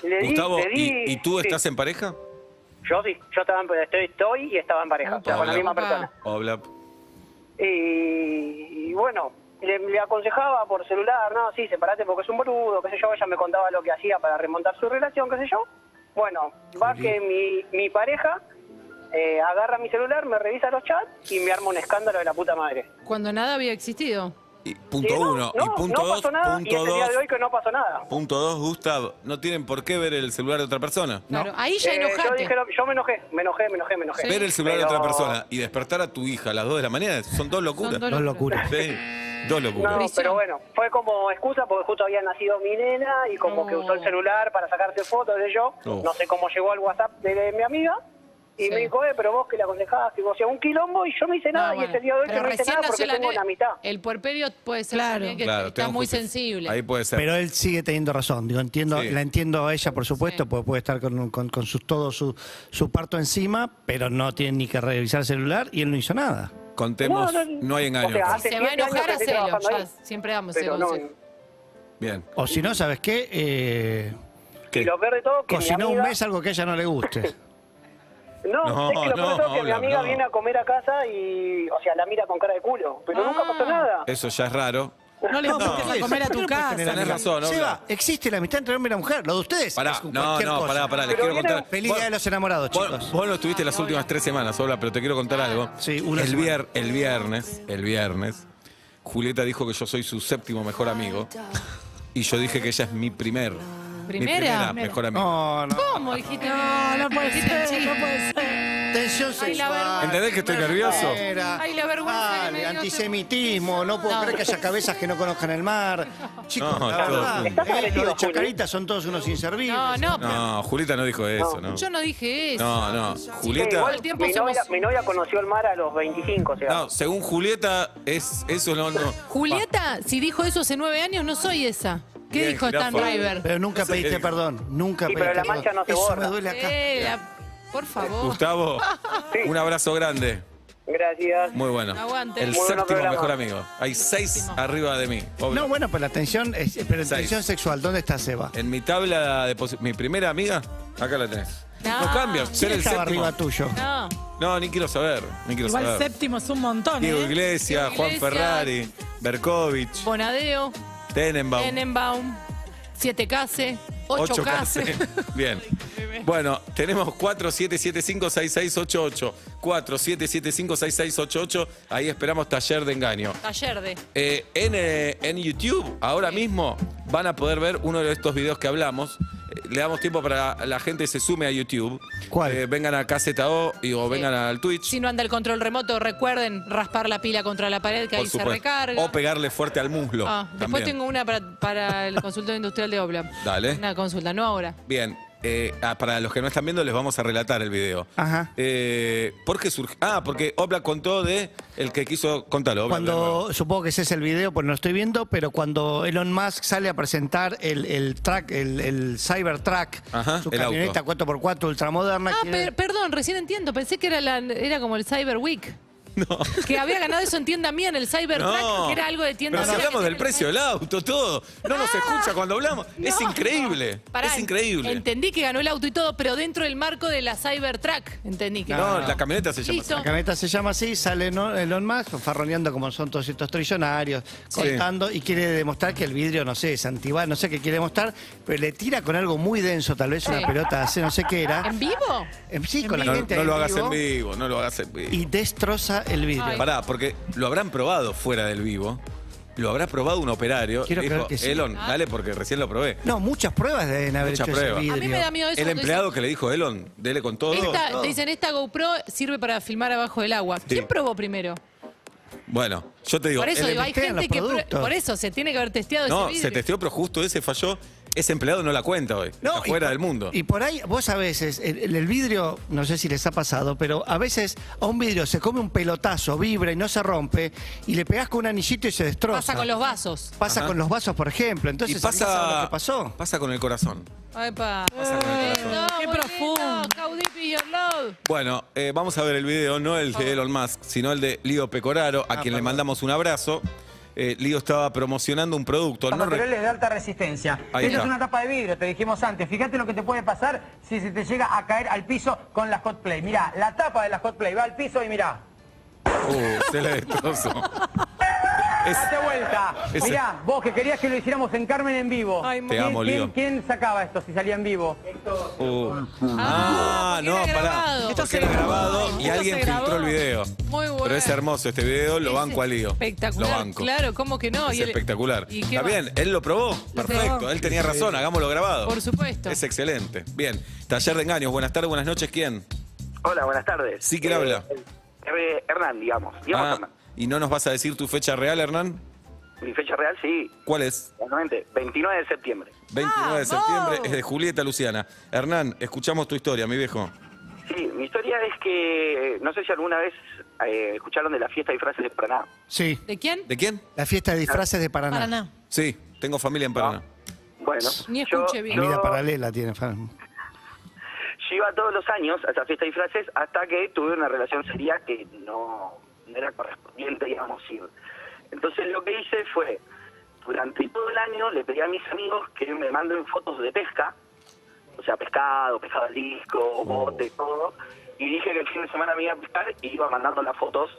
Speaker 7: Le di-
Speaker 2: Gustavo,
Speaker 7: le di-
Speaker 2: ¿y, y tú
Speaker 7: sí.
Speaker 2: estás en pareja?
Speaker 7: Yo sí, yo estaba en, estoy, estoy y estaba en pareja, o sea, con la
Speaker 2: Hola.
Speaker 7: misma persona.
Speaker 2: Hola.
Speaker 7: Y, y bueno, le, le aconsejaba por celular, no, sí, separate porque es un boludo, qué sé yo, ella me contaba lo que hacía para remontar su relación, qué sé yo. Bueno, va que mi, mi pareja eh, agarra mi celular, me revisa los chats y me arma un escándalo de la puta madre.
Speaker 4: Cuando nada había existido.
Speaker 2: Y
Speaker 7: Y
Speaker 2: punto
Speaker 7: no,
Speaker 2: uno.
Speaker 7: no,
Speaker 2: y punto
Speaker 7: no
Speaker 2: dos,
Speaker 7: pasó nada y
Speaker 2: punto
Speaker 7: es el día
Speaker 2: dos.
Speaker 7: de hoy que no pasó nada.
Speaker 2: Punto dos, Gustav, no tienen por qué ver el celular de otra persona.
Speaker 4: Claro. Ahí ya
Speaker 7: Eh, yo,
Speaker 4: enojate.
Speaker 7: dije lo- yo me enojé, me enojé, me enojé, me enojé.
Speaker 2: Ver el celular de
Speaker 7: Pero-
Speaker 2: otra persona y despertar a tu hija a las 2 de la mañana son dos locuras.
Speaker 4: Son dos
Speaker 3: No locura.
Speaker 2: Sí, dos locuras.
Speaker 7: No,
Speaker 4: Prisión.
Speaker 7: pero bueno, fue como excusa porque justo había nacido mi nena y como
Speaker 4: No.
Speaker 7: que usó el celular para sacarse fotos de yo.
Speaker 2: Uf.
Speaker 7: No sé cómo llegó al WhatsApp de, de mi amiga. Y
Speaker 4: Sí.
Speaker 7: me dijo, eh, pero vos que le aconsejabas que vos hacías un quilombo y yo no hice nada.
Speaker 4: No,
Speaker 7: y
Speaker 4: bueno.
Speaker 7: este día de hoy que
Speaker 4: Pero
Speaker 7: no hice
Speaker 4: recién
Speaker 7: nada porque
Speaker 4: nació la
Speaker 7: tengo
Speaker 4: nena.
Speaker 7: la mitad.
Speaker 4: El puerperio puede ser
Speaker 6: Claro.
Speaker 4: también que
Speaker 2: Claro,
Speaker 4: está
Speaker 2: tengo
Speaker 4: muy
Speaker 2: justicia.
Speaker 4: sensible.
Speaker 2: Ahí puede ser.
Speaker 3: Pero él sigue teniendo razón. Digo, entiendo,
Speaker 2: Sí.
Speaker 3: La entiendo a ella, por supuesto, porque puede estar con, con, con sus- todo su, su parto encima, pero no tiene ni que revisar el celular y él no hizo nada.
Speaker 2: Contemos, no,
Speaker 7: No, no,
Speaker 2: hay
Speaker 7: o
Speaker 2: engaño.
Speaker 7: sea,
Speaker 2: acá.
Speaker 7: hace
Speaker 4: se va a
Speaker 7: siete años
Speaker 4: enojar,
Speaker 7: que estoy
Speaker 4: hacelo.
Speaker 7: trabajando
Speaker 4: Ya,
Speaker 7: ahí.
Speaker 4: siempre damos ese
Speaker 7: Pero no,
Speaker 4: consejo.
Speaker 2: Bien.
Speaker 3: O si no, ¿sabes qué? Eh,
Speaker 2: ¿Qué?
Speaker 7: y lo peor de todo, que mi
Speaker 3: cocinó un
Speaker 7: amiga- *laughs*
Speaker 3: mes algo que a ella no le guste.
Speaker 2: No,
Speaker 8: No, es que lo que
Speaker 2: no,
Speaker 8: pasa es que mi
Speaker 2: obvio,
Speaker 8: amiga
Speaker 2: no.
Speaker 8: viene a comer a casa y, o sea, la mira con cara de culo, pero nunca pasó
Speaker 4: Ah.
Speaker 8: nada.
Speaker 2: Eso ya es raro.
Speaker 6: No le
Speaker 2: No.
Speaker 6: invites a comer a
Speaker 3: ¿Por
Speaker 6: tu
Speaker 3: qué no puedes tener
Speaker 6: casa.
Speaker 2: Tenés
Speaker 3: amistad?
Speaker 2: razón, ¿no?
Speaker 3: Seba, existe la amistad entre hombre y la mujer. Lo de ustedes
Speaker 2: Pará,
Speaker 3: es
Speaker 2: no,
Speaker 3: cualquier
Speaker 2: no,
Speaker 3: cosa.
Speaker 2: pará, pará, les
Speaker 8: Pero
Speaker 2: quiero
Speaker 8: viene-
Speaker 2: contar.
Speaker 3: Feliz día de los enamorados,
Speaker 2: vos-
Speaker 3: chicos.
Speaker 2: Vos lo estuviste las últimas tres semanas, Obla, pero te quiero
Speaker 3: Ah,
Speaker 2: contar algo.
Speaker 3: Sí, una
Speaker 2: el,
Speaker 3: semana.
Speaker 2: vier- el viernes, el viernes, Julieta dijo que yo soy su séptimo mejor amigo. Y yo dije que ella es mi primer. Mi
Speaker 4: ¿Primera?
Speaker 2: primera mejor amiga.
Speaker 3: No, no.
Speaker 4: ¿Cómo dijiste?
Speaker 6: No, no puede
Speaker 4: dijiste,
Speaker 6: ser,
Speaker 4: chico?
Speaker 6: no puede ser.
Speaker 3: Tensión
Speaker 4: vergüenza.
Speaker 3: sexual.
Speaker 2: ¿Entendés que estoy nervioso?
Speaker 4: Ay, la vergüenza que
Speaker 3: Dale,
Speaker 4: me dio. este
Speaker 3: antisemitismo, no puedo
Speaker 4: No.
Speaker 3: creer que haya cabezas que no conozcan el mar. Chicos,
Speaker 2: No,
Speaker 3: la
Speaker 2: todo
Speaker 3: verdad,
Speaker 2: junto.
Speaker 3: eh,
Speaker 8: Estás
Speaker 3: los
Speaker 8: agresivo,
Speaker 3: de
Speaker 8: Juli.
Speaker 3: Chacarita son todos unos inservibles.
Speaker 4: No, no, pero
Speaker 2: No, Julieta no dijo eso, ¿no?
Speaker 4: yo no dije eso.
Speaker 2: No, no.
Speaker 8: Sí,
Speaker 2: Julieta.
Speaker 8: igual
Speaker 4: el tiempo
Speaker 8: mi, novia,
Speaker 4: somos-
Speaker 8: mi novia conoció el mar a los 25, o sea.
Speaker 2: No, según Julieta, es, eso no. no.
Speaker 4: Julieta, si dijo eso hace nueve años, no soy esa. ¿Qué
Speaker 2: Bien,
Speaker 4: dijo Stan
Speaker 2: jirafa.
Speaker 4: River?
Speaker 3: Pero nunca
Speaker 2: No sé qué
Speaker 3: pediste
Speaker 2: dijo.
Speaker 3: perdón, nunca
Speaker 8: Sí, pero
Speaker 3: pediste
Speaker 8: la mancha
Speaker 3: perdón.
Speaker 8: no se
Speaker 3: Eso
Speaker 8: borra.
Speaker 3: me duele acá.
Speaker 4: Eh, la- por favor. *laughs*
Speaker 2: Gustavo, un abrazo grande.
Speaker 8: Gracias.
Speaker 2: Muy bueno.
Speaker 4: Aguante.
Speaker 2: El
Speaker 4: Muy
Speaker 8: bueno
Speaker 2: séptimo
Speaker 8: programa.
Speaker 2: mejor amigo. Hay seis arriba de mí. Obla.
Speaker 3: No, bueno, pero la tensión, es- pero la
Speaker 2: Seis.
Speaker 3: tensión sexual, ¿dónde está Seba?
Speaker 2: En mi tabla de posi- mi primera amiga, acá la tenés.
Speaker 4: No.
Speaker 2: No, cambias, ser
Speaker 3: ¿Quién
Speaker 2: el
Speaker 3: estaba
Speaker 2: séptimo.
Speaker 3: arriba tuyo?
Speaker 4: No.
Speaker 2: No, ni quiero saber, ni quiero
Speaker 6: Igual
Speaker 2: saber.
Speaker 6: séptimo es un montón,
Speaker 2: Diego
Speaker 6: ¿eh?
Speaker 2: Iglesias,
Speaker 4: Diego
Speaker 2: Juan
Speaker 4: Iglesias.
Speaker 2: Ferrari, Berkovich,
Speaker 4: Bonadeo,
Speaker 2: Tenenbaum,
Speaker 4: Tenenbaum, Siete Case, Ocho,
Speaker 2: Ocho
Speaker 4: Case. *laughs*
Speaker 2: *laughs* Bien. Bueno, tenemos 47756688. 47756688. Ahí esperamos taller de engaño.
Speaker 4: Taller de.
Speaker 2: Eh, en, eh, en YouTube, ahora mismo, van a poder ver uno de estos videos que hablamos. Eh, Le damos tiempo para la, la gente se sume a YouTube.
Speaker 3: ¿Cuál?
Speaker 2: Eh, vengan a KZO y, o vengan al Twitch.
Speaker 4: Si no anda el control remoto, recuerden raspar la pila contra la pared que ahí se recarga.
Speaker 2: O pegarle fuerte al muslo.
Speaker 4: Ah, después
Speaker 2: también.
Speaker 4: tengo una para, para el consultor industrial de Obla.
Speaker 2: Dale.
Speaker 4: Una consulta, no ahora.
Speaker 2: Bien. eh, ah, para los que no están viendo, les vamos a relatar el video.
Speaker 3: Ajá.
Speaker 2: Eh, ¿Por qué surge? Ah, porque Obla contó de el que quiso. Contalo, Obla.
Speaker 3: Cuando, supongo que ese es el video, pues no lo estoy viendo, pero cuando Elon Musk sale a presentar el, el track, el, el Cybertruck,
Speaker 2: Ajá,
Speaker 3: su
Speaker 2: el auto.
Speaker 3: camioneta 4x4 ultramoderna.
Speaker 4: Ah,
Speaker 3: quiere-
Speaker 4: per- perdón, recién entiendo. Pensé que era, la, era como el Cyber *laughs* Week.
Speaker 2: No.
Speaker 4: Que había ganado eso en tienda mía, en el Cyber Track, que era algo de tienda
Speaker 2: Pero si
Speaker 4: mía.
Speaker 2: hablamos del precio del auto, todo. No nos escucha cuando hablamos. es
Speaker 4: Ah. No,
Speaker 2: increíble.
Speaker 4: no. Pará,
Speaker 2: es increíble.
Speaker 4: Entendí que ganó el auto y todo, pero dentro del marco de la Cybertruck. Entendí que.
Speaker 2: No, la camioneta se llama. así.
Speaker 4: Listo.
Speaker 3: La camioneta se llama así, sale no- Elon Musk, farroneando como son todos estos trillonarios, contando y quiere demostrar que el vidrio, no sé, es antigual, no sé qué quiere mostrar, pero le tira con algo muy denso, tal vez una
Speaker 4: Sí.
Speaker 3: pelota, así, no sé qué era.
Speaker 4: ¿En vivo?
Speaker 3: Eh, Sí, con la
Speaker 2: No,
Speaker 3: gente
Speaker 2: no
Speaker 3: ahí
Speaker 2: lo hagas
Speaker 3: vivo,
Speaker 2: en vivo, no lo hagas en vivo.
Speaker 3: Y destroza el vidrio.
Speaker 4: Ay.
Speaker 2: Pará, porque lo habrán probado fuera del vivo. Lo habrá probado un operario.
Speaker 3: Quiero
Speaker 2: Dijo,
Speaker 3: creer que sí.
Speaker 2: Elon,
Speaker 4: Ah.
Speaker 2: dale porque recién lo probé.
Speaker 3: No, muchas pruebas deben haber
Speaker 2: Muchas
Speaker 3: hecho ese
Speaker 2: pruebas. A
Speaker 4: A mí me
Speaker 3: vidrio.
Speaker 4: da miedo eso.
Speaker 2: El
Speaker 4: cuando
Speaker 2: empleado que le dijo, Elon, dele con todo.
Speaker 4: dicen, esta-
Speaker 2: todo.
Speaker 4: te dicen, esta GoPro sirve para filmar abajo del agua.
Speaker 2: Sí.
Speaker 4: ¿Quién probó primero?
Speaker 2: Bueno, yo te digo.
Speaker 4: Por eso
Speaker 2: el
Speaker 4: digo, hay
Speaker 3: testean
Speaker 4: gente
Speaker 3: los
Speaker 4: que. prue-
Speaker 3: productos.
Speaker 4: Por eso se tiene que haber testeado
Speaker 2: No,
Speaker 4: ese
Speaker 2: se
Speaker 4: vidrio.
Speaker 2: testeó, pero justo ese falló. Ese empleado no la cuenta hoy.
Speaker 3: No,
Speaker 2: está
Speaker 3: y
Speaker 2: fuera
Speaker 3: por-
Speaker 2: del mundo.
Speaker 3: Y por ahí, vos a veces, el, el- el vidrio, no sé si les ha pasado, pero a veces a un vidrio se come un pelotazo, vibra y no se rompe, y le pegás con un anillito y se destroza.
Speaker 4: Pasa con los vasos.
Speaker 3: Pasa con los vasos, por ejemplo.
Speaker 2: Y
Speaker 3: Entonces, ¿sabés
Speaker 2: pasa,
Speaker 3: lo que pasó?
Speaker 2: pasa con el corazón.
Speaker 4: Epa.
Speaker 2: Pasa con el corazón.
Speaker 4: No,
Speaker 6: Qué
Speaker 4: boludo,
Speaker 6: profundo.
Speaker 4: How deep is your love?
Speaker 2: Bueno, eh, vamos a ver el video, no el de Elon Musk, sino el de Lío Pecoraro,
Speaker 3: Ah,
Speaker 2: a quien le mandamos un abrazo. Eh, Lío estaba promocionando un producto. no re-
Speaker 9: materiales de alta resistencia.
Speaker 2: Ahí
Speaker 9: Esto
Speaker 2: está.
Speaker 9: es una tapa de vidrio, te dijimos antes. Fíjate lo que te puede pasar si se te llega a caer al piso con la hot play. Mirá, la tapa de la hot play va al piso y mirá.
Speaker 2: Uh, se le
Speaker 9: *laughs*
Speaker 2: destrozó. Es-
Speaker 9: Date vuelta.
Speaker 2: Ese-
Speaker 9: Mirá, vos que querías que lo hiciéramos en Carmen en vivo.
Speaker 4: Ay,
Speaker 2: Te amo,
Speaker 9: ¿Quién,
Speaker 2: Lío.
Speaker 9: quién sacaba esto si salía en vivo?
Speaker 2: Uh.
Speaker 4: Ah,
Speaker 2: Ah,
Speaker 4: porque
Speaker 2: no,
Speaker 4: era
Speaker 2: pará.
Speaker 4: grabado.
Speaker 2: Esto
Speaker 4: Esto
Speaker 2: porque
Speaker 4: se
Speaker 2: era
Speaker 4: grabó.
Speaker 2: grabado y
Speaker 4: Esto
Speaker 2: alguien
Speaker 4: se grabó.
Speaker 2: filtró el video.
Speaker 4: Muy bueno.
Speaker 2: Pero es hermoso este video, lo
Speaker 4: Es
Speaker 2: banco a Lío.
Speaker 4: Espectacular.
Speaker 2: Lo banco.
Speaker 4: Claro, ¿cómo que no?
Speaker 2: Es
Speaker 4: Y él-
Speaker 2: espectacular.
Speaker 4: ¿Y qué
Speaker 2: Está
Speaker 4: más?
Speaker 2: bien, él lo probó. Perfecto.
Speaker 4: probó.
Speaker 2: Él tenía razón, hagámoslo grabado.
Speaker 4: Por supuesto.
Speaker 2: Es excelente. Bien. Taller de engaños. Buenas tardes, buenas noches. ¿Quién?
Speaker 10: Hola, buenas tardes.
Speaker 2: Sí, ¿quién habla?
Speaker 10: eh, Hernán, digamos. Digamos
Speaker 2: Ah,
Speaker 10: Hernán.
Speaker 2: ¿Y no nos vas a decir tu fecha real, Hernán?
Speaker 10: Mi fecha real, sí,
Speaker 2: ¿Cuál es?
Speaker 10: exactamente, 29 de septiembre.
Speaker 2: 29 de
Speaker 4: Vamos.
Speaker 2: septiembre. Es de Julieta Luciana. Hernán, escuchamos tu historia, mi viejo.
Speaker 10: Sí, mi historia es que, no sé si alguna vez eh, escucharon de la fiesta de disfraces de Paraná.
Speaker 3: Sí.
Speaker 4: ¿De quién?
Speaker 2: ¿De quién?
Speaker 3: La fiesta de disfraces de Paraná.
Speaker 6: Paraná.
Speaker 2: Sí, tengo familia en Paraná.
Speaker 10: Bueno,
Speaker 4: Ni
Speaker 10: yo,
Speaker 4: escuché bien.
Speaker 10: yo-
Speaker 3: Vida paralela tiene. Fran.
Speaker 10: yo iba todos los años a esa fiesta de disfraces hasta que tuve una relación seria que no, no era correspondiente, digamos, ir. Entonces lo que hice fue, durante todo el año le pedí a mis amigos que me manden fotos de pesca, o sea, pescado, pescado al disco, bote, todo, y dije que el fin de semana me iba a pescar y iba mandando las fotos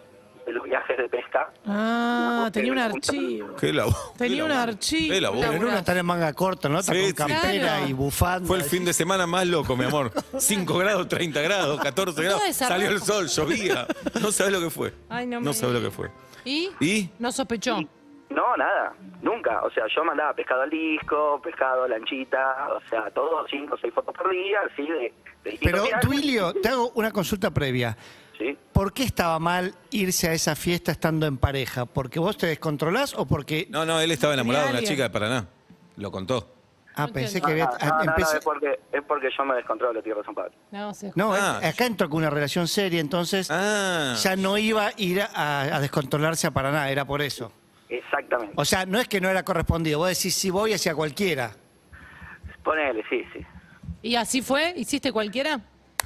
Speaker 10: de los viajes de pesca.
Speaker 6: Ah, tenía un archivo.
Speaker 2: Qué labo-
Speaker 6: Tenía un
Speaker 2: qué
Speaker 6: archivo.
Speaker 2: laburo.
Speaker 3: En una está en manga corta, ¿no? Está
Speaker 2: Sí,
Speaker 3: con
Speaker 2: sí.
Speaker 3: campera
Speaker 6: Claro.
Speaker 3: y bufanda.
Speaker 2: Fue el fin de semana más loco, mi
Speaker 4: *laughs*
Speaker 2: amor. 5 grados, 30 grados, 14 grados.
Speaker 4: desarmado.
Speaker 2: Salió el sol, llovía. No sabes lo que fue.
Speaker 4: Ay, no me
Speaker 2: no sabes lo
Speaker 4: digas.
Speaker 2: que fue.
Speaker 4: ¿Y?
Speaker 2: ¿Y?
Speaker 4: No sospechó.
Speaker 10: No, nada, nunca. O sea, yo mandaba pescado al disco, pescado a lanchita, o sea, todo, cinco o seis fotos por día, así de... de distintos
Speaker 3: Pero,
Speaker 10: viajes.
Speaker 3: Duilio, te hago una consulta previa.
Speaker 10: Sí.
Speaker 3: ¿Por qué estaba mal irse a esa fiesta estando en pareja? ¿Porque vos te descontrolás o porque.?
Speaker 2: No, no, él estaba enamorado de una
Speaker 6: alguien.
Speaker 2: chica de Paraná. Lo contó.
Speaker 3: ah,
Speaker 4: no
Speaker 3: pensé
Speaker 4: entiendo.
Speaker 3: que había.
Speaker 10: Ah, no, no, no,
Speaker 3: empecé-
Speaker 10: es, porque, es porque yo me descontrolo de Tierra de San Pablo.
Speaker 4: No, se-
Speaker 3: No,
Speaker 2: Ah.
Speaker 3: eh, acá entró con una relación seria, entonces
Speaker 2: Ah.
Speaker 3: ya no iba a ir a, a descontrolarse a Paraná, era por eso.
Speaker 10: Exactamente.
Speaker 3: O sea, no es que no era correspondido, vos decís si voy hacia cualquiera.
Speaker 10: Ponele, sí, sí.
Speaker 4: ¿Y así fue? ¿Hiciste cualquiera?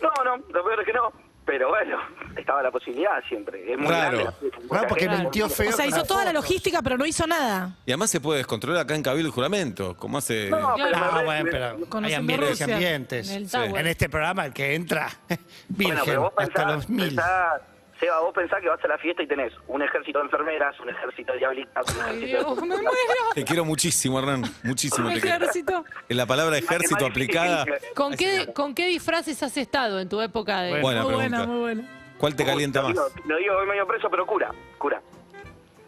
Speaker 10: No, no, lo peor es que no. Pero bueno, *laughs* estaba la posibilidad siempre. Es muy
Speaker 2: Claro.
Speaker 10: grande la fiesta, mucha
Speaker 3: Claro, porque
Speaker 10: gente.
Speaker 3: mintió feo.
Speaker 6: O sea,
Speaker 3: con
Speaker 6: hizo
Speaker 3: la
Speaker 6: toda la
Speaker 3: foto.
Speaker 6: logística, pero no hizo nada.
Speaker 2: Y además se puede descontrolar acá en Cabildo el juramento, como hace...
Speaker 10: No, pero me
Speaker 3: Ah,
Speaker 10: re-
Speaker 3: bueno,
Speaker 10: me-
Speaker 3: pero hay
Speaker 6: Conociendo
Speaker 3: ambientes y
Speaker 6: Rusia,
Speaker 3: ambientes.
Speaker 4: en el
Speaker 3: Sí.
Speaker 4: Tower.
Speaker 3: En este programa, el que entra, *laughs* virgen,
Speaker 10: Bueno, pero vos
Speaker 3: hasta
Speaker 10: pensás,
Speaker 3: los mil.
Speaker 10: pensá, Seba, vos pensás que vas a la fiesta y tenés un ejército de enfermeras, un ejército de diablitas, un
Speaker 4: Ay,
Speaker 10: ejército de...
Speaker 4: Dios, me muero.
Speaker 2: Te quiero muchísimo, Hernán. Muchísimo. te quiero.
Speaker 4: Ejército.
Speaker 2: En la palabra ejército
Speaker 10: Animales
Speaker 2: aplicada,
Speaker 10: difíciles.
Speaker 4: ¿Con qué, ¿Con qué disfraces has estado en tu época de...?
Speaker 2: Buena
Speaker 6: muy
Speaker 2: pregunta.
Speaker 6: buena, muy buena.
Speaker 2: ¿cuál te calienta
Speaker 10: Lo
Speaker 2: más?
Speaker 10: digo- Lo digo, voy medio preso, pero cura, cura.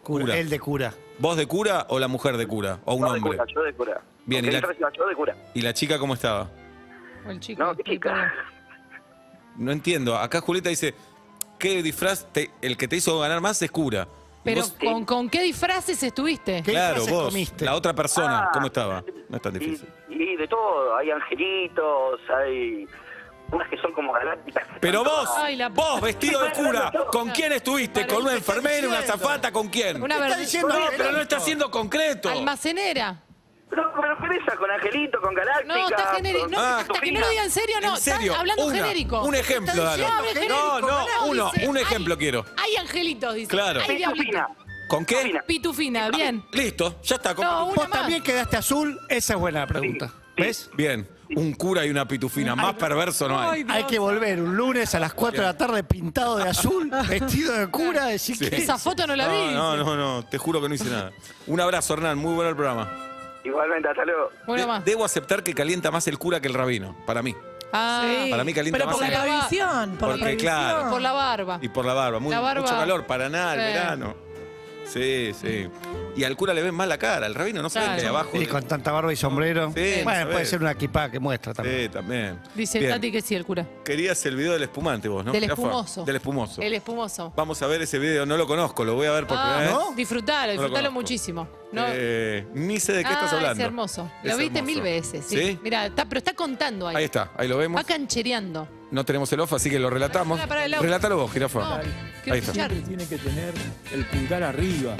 Speaker 2: Cura.
Speaker 3: El de cura.
Speaker 2: ¿Vos de cura o la mujer de cura? ¿O un
Speaker 10: No de
Speaker 2: hombre?
Speaker 10: cura, yo de cura.
Speaker 2: Bien, y
Speaker 10: Ok,
Speaker 2: la-
Speaker 10: yo- Yo de cura.
Speaker 2: ¿Y la chica cómo estaba?
Speaker 4: O el chico. este,
Speaker 10: No, qué chica.
Speaker 2: No entiendo. Acá Julieta dice, ¿qué disfraz? te- el que te hizo ganar más es cura. Y
Speaker 4: Pero
Speaker 2: vos-
Speaker 4: ¿con, con qué disfraces estuviste?
Speaker 3: ¿Qué
Speaker 2: claro,
Speaker 3: disfraces
Speaker 2: vos,
Speaker 3: comiste?
Speaker 2: la otra persona,
Speaker 10: Ah.
Speaker 2: ¿cómo estaba? No es tan
Speaker 10: Y-
Speaker 2: difícil.
Speaker 10: Y, de todo, hay angelitos, hay unas que son como galácticas.
Speaker 2: Pero vos,
Speaker 4: Ay, la-
Speaker 2: vos vestido de cura, ¿con quién estuviste?
Speaker 4: Para,
Speaker 2: ¿Con una
Speaker 3: ¿qué estás
Speaker 2: enfermera, una
Speaker 3: diciendo?
Speaker 2: zafata, con quién?
Speaker 4: Una
Speaker 3: Está
Speaker 4: verdad-
Speaker 3: diciendo
Speaker 2: No,
Speaker 3: que
Speaker 2: pero no
Speaker 3: esto.
Speaker 2: está siendo concreto.
Speaker 4: Almacenera.
Speaker 10: No, pero con esa, con angelito, con galáctica.
Speaker 4: No, está genérico.
Speaker 10: con-
Speaker 4: No,
Speaker 2: Ah.
Speaker 4: hasta que no lo diga en serio, no.
Speaker 2: En serio,
Speaker 4: está hablando
Speaker 2: una,
Speaker 4: genérico.
Speaker 2: Un ejemplo,
Speaker 4: Está
Speaker 2: dale.
Speaker 4: diciendo genérico,
Speaker 2: No, no,
Speaker 4: pará,
Speaker 2: uno,
Speaker 4: dice,
Speaker 2: un
Speaker 4: hay-
Speaker 2: ejemplo quiero.
Speaker 4: Hay angelitos, dice.
Speaker 2: Claro.
Speaker 4: Hay diablitos.
Speaker 10: Pitufina.
Speaker 2: ¿Con qué?
Speaker 10: Pitufina.
Speaker 4: Pitufina, bien.
Speaker 2: Listo, ya está. con
Speaker 4: No,
Speaker 2: pitufina.
Speaker 4: una
Speaker 3: ¿Vos
Speaker 4: más.
Speaker 3: también quedaste azul? Esa es buena pregunta. ¿Ves?
Speaker 2: Bien, un cura y una pitufina. Más perverso no hay.
Speaker 3: Hay que volver un lunes a las 4 de la tarde pintado de
Speaker 4: *laughs*
Speaker 3: azul, vestido de cura, decir
Speaker 2: Sí.
Speaker 3: que
Speaker 4: Esa foto no la vi.
Speaker 2: No,
Speaker 4: dice.
Speaker 2: no, no, no, te juro que no hice nada. Un abrazo, Hernán, muy bueno el programa.
Speaker 10: Igualmente, hasta luego.
Speaker 4: Una
Speaker 2: De-
Speaker 4: más.
Speaker 2: debo aceptar que calienta más el cura que el rabino, para mí.
Speaker 4: Ah,
Speaker 6: Sí.
Speaker 2: Para mí calienta
Speaker 6: Pero
Speaker 2: más
Speaker 6: por la
Speaker 4: el-
Speaker 6: prohibición, por la
Speaker 2: Porque,
Speaker 6: prohibición.
Speaker 2: claro.
Speaker 4: por la barba.
Speaker 2: Y por la barba, muy-
Speaker 4: La barba.
Speaker 2: mucho calor, Paraná, el
Speaker 4: Sí.
Speaker 2: verano. Sí, sí. Y al cura le ven más la cara, al rabino no se ve
Speaker 4: Claro.
Speaker 2: que abajo.
Speaker 3: Sí, con tanta barba y sombrero.
Speaker 2: Sí,
Speaker 3: bueno,
Speaker 2: sabés.
Speaker 3: puede ser una equipada que muestra también.
Speaker 2: Sí, también.
Speaker 4: Dice
Speaker 2: Bien.
Speaker 4: Tati que sí, el cura.
Speaker 2: Querías el video del espumante vos, ¿no?
Speaker 4: Del
Speaker 2: Jirafa?
Speaker 4: espumoso.
Speaker 2: Del espumoso.
Speaker 4: El espumoso.
Speaker 2: Vamos a ver ese video, no lo conozco, lo voy a ver por
Speaker 4: Ah,
Speaker 2: primera vez.
Speaker 4: Disfrutalo,
Speaker 2: eh, No lo
Speaker 4: disfrutalo
Speaker 2: conozco.
Speaker 4: muchísimo. No,
Speaker 2: Eh, ni sé de qué
Speaker 4: ah,
Speaker 2: estás hablando.
Speaker 4: Es hermoso.
Speaker 2: Es
Speaker 4: lo viste
Speaker 2: hermoso.
Speaker 4: mil veces. Sí.
Speaker 2: ¿Sí?
Speaker 4: Mira, está, pero está contando ahí.
Speaker 2: Ahí está, ahí lo vemos.
Speaker 4: Va canchereando.
Speaker 2: No tenemos el off, así que lo relatamos.
Speaker 4: Ah. Pará, pará, el audio.
Speaker 2: Relátalo vos,
Speaker 4: No,
Speaker 2: jirafa.
Speaker 4: quiero
Speaker 2: Ahí está.
Speaker 4: escuchar.
Speaker 11: tiene que tener el pulgar arriba,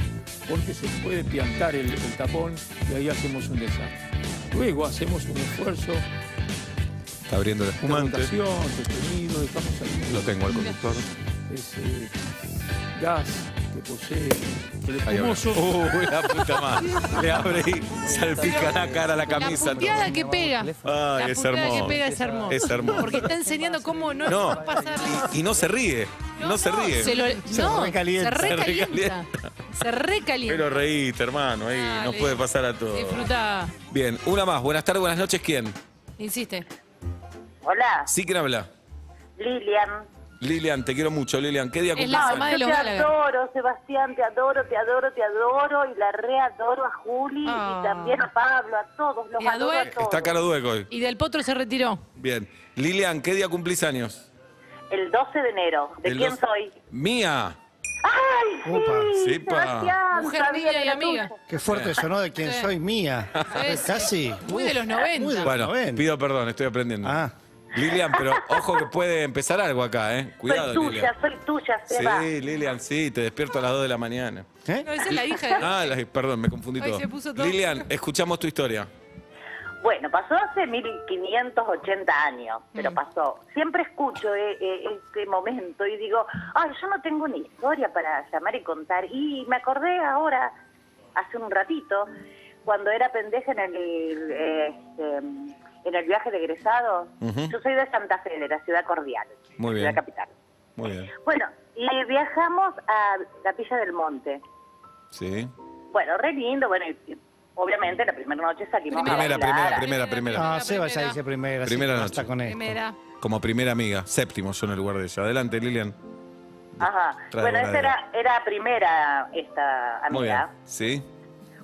Speaker 11: porque se puede piantar el, el tapón y ahí hacemos un desastre. Luego hacemos un esfuerzo,
Speaker 2: Está abriendo el espumante.
Speaker 11: rotación, sostenido, dejamos salir
Speaker 2: Lo tengo al conductor.
Speaker 11: ese gas que posee el
Speaker 2: Ahí abre.
Speaker 11: espumoso.
Speaker 2: Uh, la puta madre. Le abre y salpica la cara a la
Speaker 4: La
Speaker 2: camisa.
Speaker 4: puteada que pega.
Speaker 2: Ay,
Speaker 4: la
Speaker 2: es
Speaker 4: puteada
Speaker 2: hermoso.
Speaker 4: que pega es hermoso.
Speaker 2: Es hermoso.
Speaker 4: Porque está enseñando cómo no,
Speaker 2: No,
Speaker 4: pasar.
Speaker 2: y, y no se ríe. No, se ríe.
Speaker 4: Se,
Speaker 2: *laughs*
Speaker 4: lo, no,
Speaker 3: recalienta.
Speaker 4: se recalienta. Se recalienta.
Speaker 2: Pero reíte, hermano. Ahí
Speaker 4: Dale.
Speaker 2: nos puede pasar a todos.
Speaker 4: Disfruta.
Speaker 2: Bien, una más. Buenas tardes, buenas noches. ¿Quién?
Speaker 4: Insiste.
Speaker 12: Hola,
Speaker 2: Sí, ¿quién habla?
Speaker 12: Lilian.
Speaker 2: Lilian, te quiero mucho, Lilian. ¿Qué día
Speaker 4: Es
Speaker 2: cumplís?
Speaker 4: la
Speaker 12: No,
Speaker 4: mamá de
Speaker 12: yo
Speaker 4: los
Speaker 12: te
Speaker 4: Gallagher.
Speaker 12: adoro, Sebastián, te adoro, te adoro, te adoro y la readoro a Juli
Speaker 4: Ah.
Speaker 12: y también a Pablo, a todos, los
Speaker 4: Y a
Speaker 12: adoro a
Speaker 4: Dueck.
Speaker 12: todos.
Speaker 2: Está caro dueco hoy.
Speaker 4: Y del potro se retiró.
Speaker 2: Bien. Lilian, ¿qué día cumplís años?
Speaker 12: El 12 de enero, ¿de
Speaker 2: El
Speaker 12: quién
Speaker 2: dos-
Speaker 12: soy?
Speaker 2: Mía.
Speaker 12: ¡Ay, sí,
Speaker 3: Upa.
Speaker 2: Sepa.
Speaker 12: Sebastián!
Speaker 4: Mujer
Speaker 12: sabía
Speaker 4: mía
Speaker 12: que
Speaker 4: y
Speaker 12: era
Speaker 4: amiga.
Speaker 12: tuyo.
Speaker 3: Qué
Speaker 2: Eh.
Speaker 3: fuerte sonó de quién
Speaker 4: Sí.
Speaker 3: soy mía.
Speaker 4: Sí, sí.
Speaker 3: Casi.
Speaker 4: Muy de los 90.
Speaker 3: Muy de los
Speaker 2: Bueno,
Speaker 3: 90.
Speaker 2: pido perdón, estoy aprendiendo.
Speaker 3: Ah.
Speaker 2: Lilian, pero ojo que puede empezar algo acá, ¿eh? Cuidado,
Speaker 12: soy
Speaker 2: Lilian.
Speaker 12: tuya, soy tuya, Seba.
Speaker 2: Sí, Lilian, sí, te despierto a las 2 de la mañana.
Speaker 3: ¿Eh?
Speaker 4: No, esa es la hija de.
Speaker 2: Ah, la- perdón, me confundí
Speaker 4: Ay,
Speaker 2: todo.
Speaker 4: se puso todo.
Speaker 2: Lilian, escuchamos tu historia.
Speaker 12: Bueno, pasó hace 1580 años, pero
Speaker 2: Mm.
Speaker 12: pasó. Siempre escucho eh, eh, este momento y digo, ay, yo no tengo una historia para llamar y contar. Y me acordé ahora, hace un ratito, cuando era pendeja en el, eh, este, en el viaje de egresados.
Speaker 2: Ujú.
Speaker 12: Yo soy de Santa Fe, de la ciudad cordial,
Speaker 2: Muy
Speaker 12: de la
Speaker 2: bien,
Speaker 12: capital.
Speaker 2: muy bien.
Speaker 12: Bueno, y viajamos a Capilla del Monte.
Speaker 2: Sí.
Speaker 12: Bueno, re lindo, bueno, y- y obviamente la primera noche salimos a
Speaker 2: Primera,
Speaker 12: bailar.
Speaker 2: primera, primera, primera.
Speaker 3: Ah, Seba ya dice primera. sí,
Speaker 2: Primera
Speaker 3: basta
Speaker 2: noche.
Speaker 3: con esto.
Speaker 4: Primera.
Speaker 2: Como primera amiga, séptimo yo en el lugar de ella. Adelante, Lilian.
Speaker 12: Ajá.
Speaker 2: Trae
Speaker 12: bueno,
Speaker 2: una
Speaker 12: esa era, era primera esta
Speaker 2: Muy
Speaker 12: amiga.
Speaker 2: bien. Sí.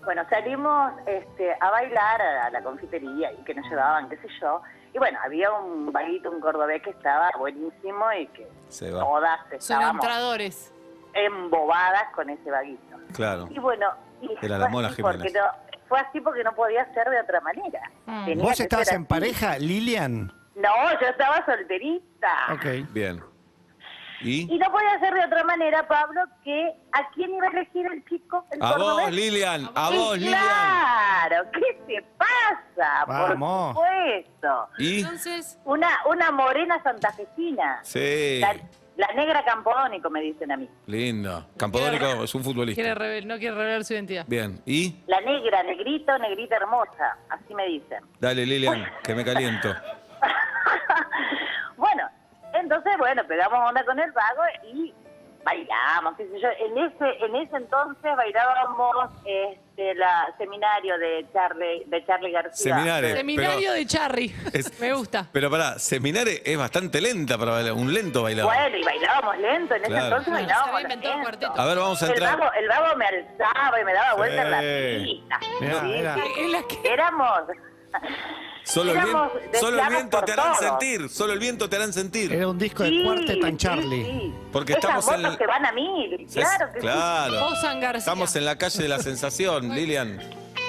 Speaker 12: Bueno, salimos este, a bailar a la confitería y que nos llevaban, qué sé yo. Y bueno, había un baguito, un cordobés que estaba buenísimo y que
Speaker 2: Se va.
Speaker 12: todas
Speaker 4: Son
Speaker 12: estábamos
Speaker 4: entradores.
Speaker 12: embobadas con ese vaguito.
Speaker 2: Claro.
Speaker 12: Y bueno, y
Speaker 2: Era la
Speaker 12: fue
Speaker 2: Mona
Speaker 12: así
Speaker 2: Jiménez.
Speaker 12: porque no- fue así porque no podía ser de otra manera.
Speaker 4: Mm.
Speaker 12: Tenía que
Speaker 3: ¿Vos
Speaker 12: ser
Speaker 3: estabas en
Speaker 12: así.
Speaker 3: pareja, Lilian?
Speaker 12: No, yo estaba solterita.
Speaker 3: Ok.
Speaker 2: Bien. ¿Y?
Speaker 12: Y no podía ser de otra manera, Pablo, que a quién iba a elegir el chico. El
Speaker 2: A vos,
Speaker 12: cordobés.
Speaker 2: Lilian. A
Speaker 12: Y
Speaker 2: vos, Lilian.
Speaker 12: Claro, ¿qué te pasa?
Speaker 2: Vamos.
Speaker 12: Por supuesto.
Speaker 2: ¿Y?
Speaker 4: Entonces,
Speaker 12: Una, una morena santafesina.
Speaker 2: Sí.
Speaker 12: La, la negra campodónico, me dicen a mí.
Speaker 2: Lindo. Campodónico es un futbolista.
Speaker 4: quiere revel- no quiere revelar su identidad.
Speaker 2: Bien. ¿Y?
Speaker 12: La negra, negrito, negrita hermosa. Así me dicen.
Speaker 2: Dale, Lilian, que me caliento.
Speaker 12: Bueno, entonces, bueno, pegamos onda con el vago y bailamos, qué sé yo. En ese, en ese entonces bailábamos este la seminario de Charlie, de Charlie García.
Speaker 2: Seminario,
Speaker 4: Seminario
Speaker 2: pero-
Speaker 4: de Charry. *laughs* Me gusta.
Speaker 2: Pero pará, Seminare es bastante lenta para bailar, un lento bailador.
Speaker 12: Bueno, y bailábamos lento, en ese
Speaker 2: Claro.
Speaker 12: entonces bailábamos lento.
Speaker 2: A ver, vamos a
Speaker 12: el
Speaker 2: entrar.
Speaker 12: vago, el vago me alzaba y me daba vueltas en la
Speaker 2: Sí.
Speaker 12: pista.
Speaker 2: Mirá,
Speaker 12: Sí,
Speaker 2: mirá.
Speaker 12: sí, Éramos...
Speaker 2: Solo el, vien-
Speaker 12: éramos
Speaker 2: solo el
Speaker 12: deseados
Speaker 2: viento
Speaker 12: por
Speaker 2: te harán
Speaker 12: todos.
Speaker 2: sentir, solo el viento te harán sentir.
Speaker 3: Era un disco de
Speaker 12: Sí,
Speaker 3: cuarteto en
Speaker 12: sí,
Speaker 3: Charlie.
Speaker 12: sí.
Speaker 2: Porque
Speaker 12: Esas
Speaker 2: estamos en-
Speaker 12: motos que van a mil,
Speaker 2: Se-
Speaker 12: claro que sí.
Speaker 2: claro.
Speaker 4: Ozan García.
Speaker 2: Estamos en la calle de la sensación, Lilian.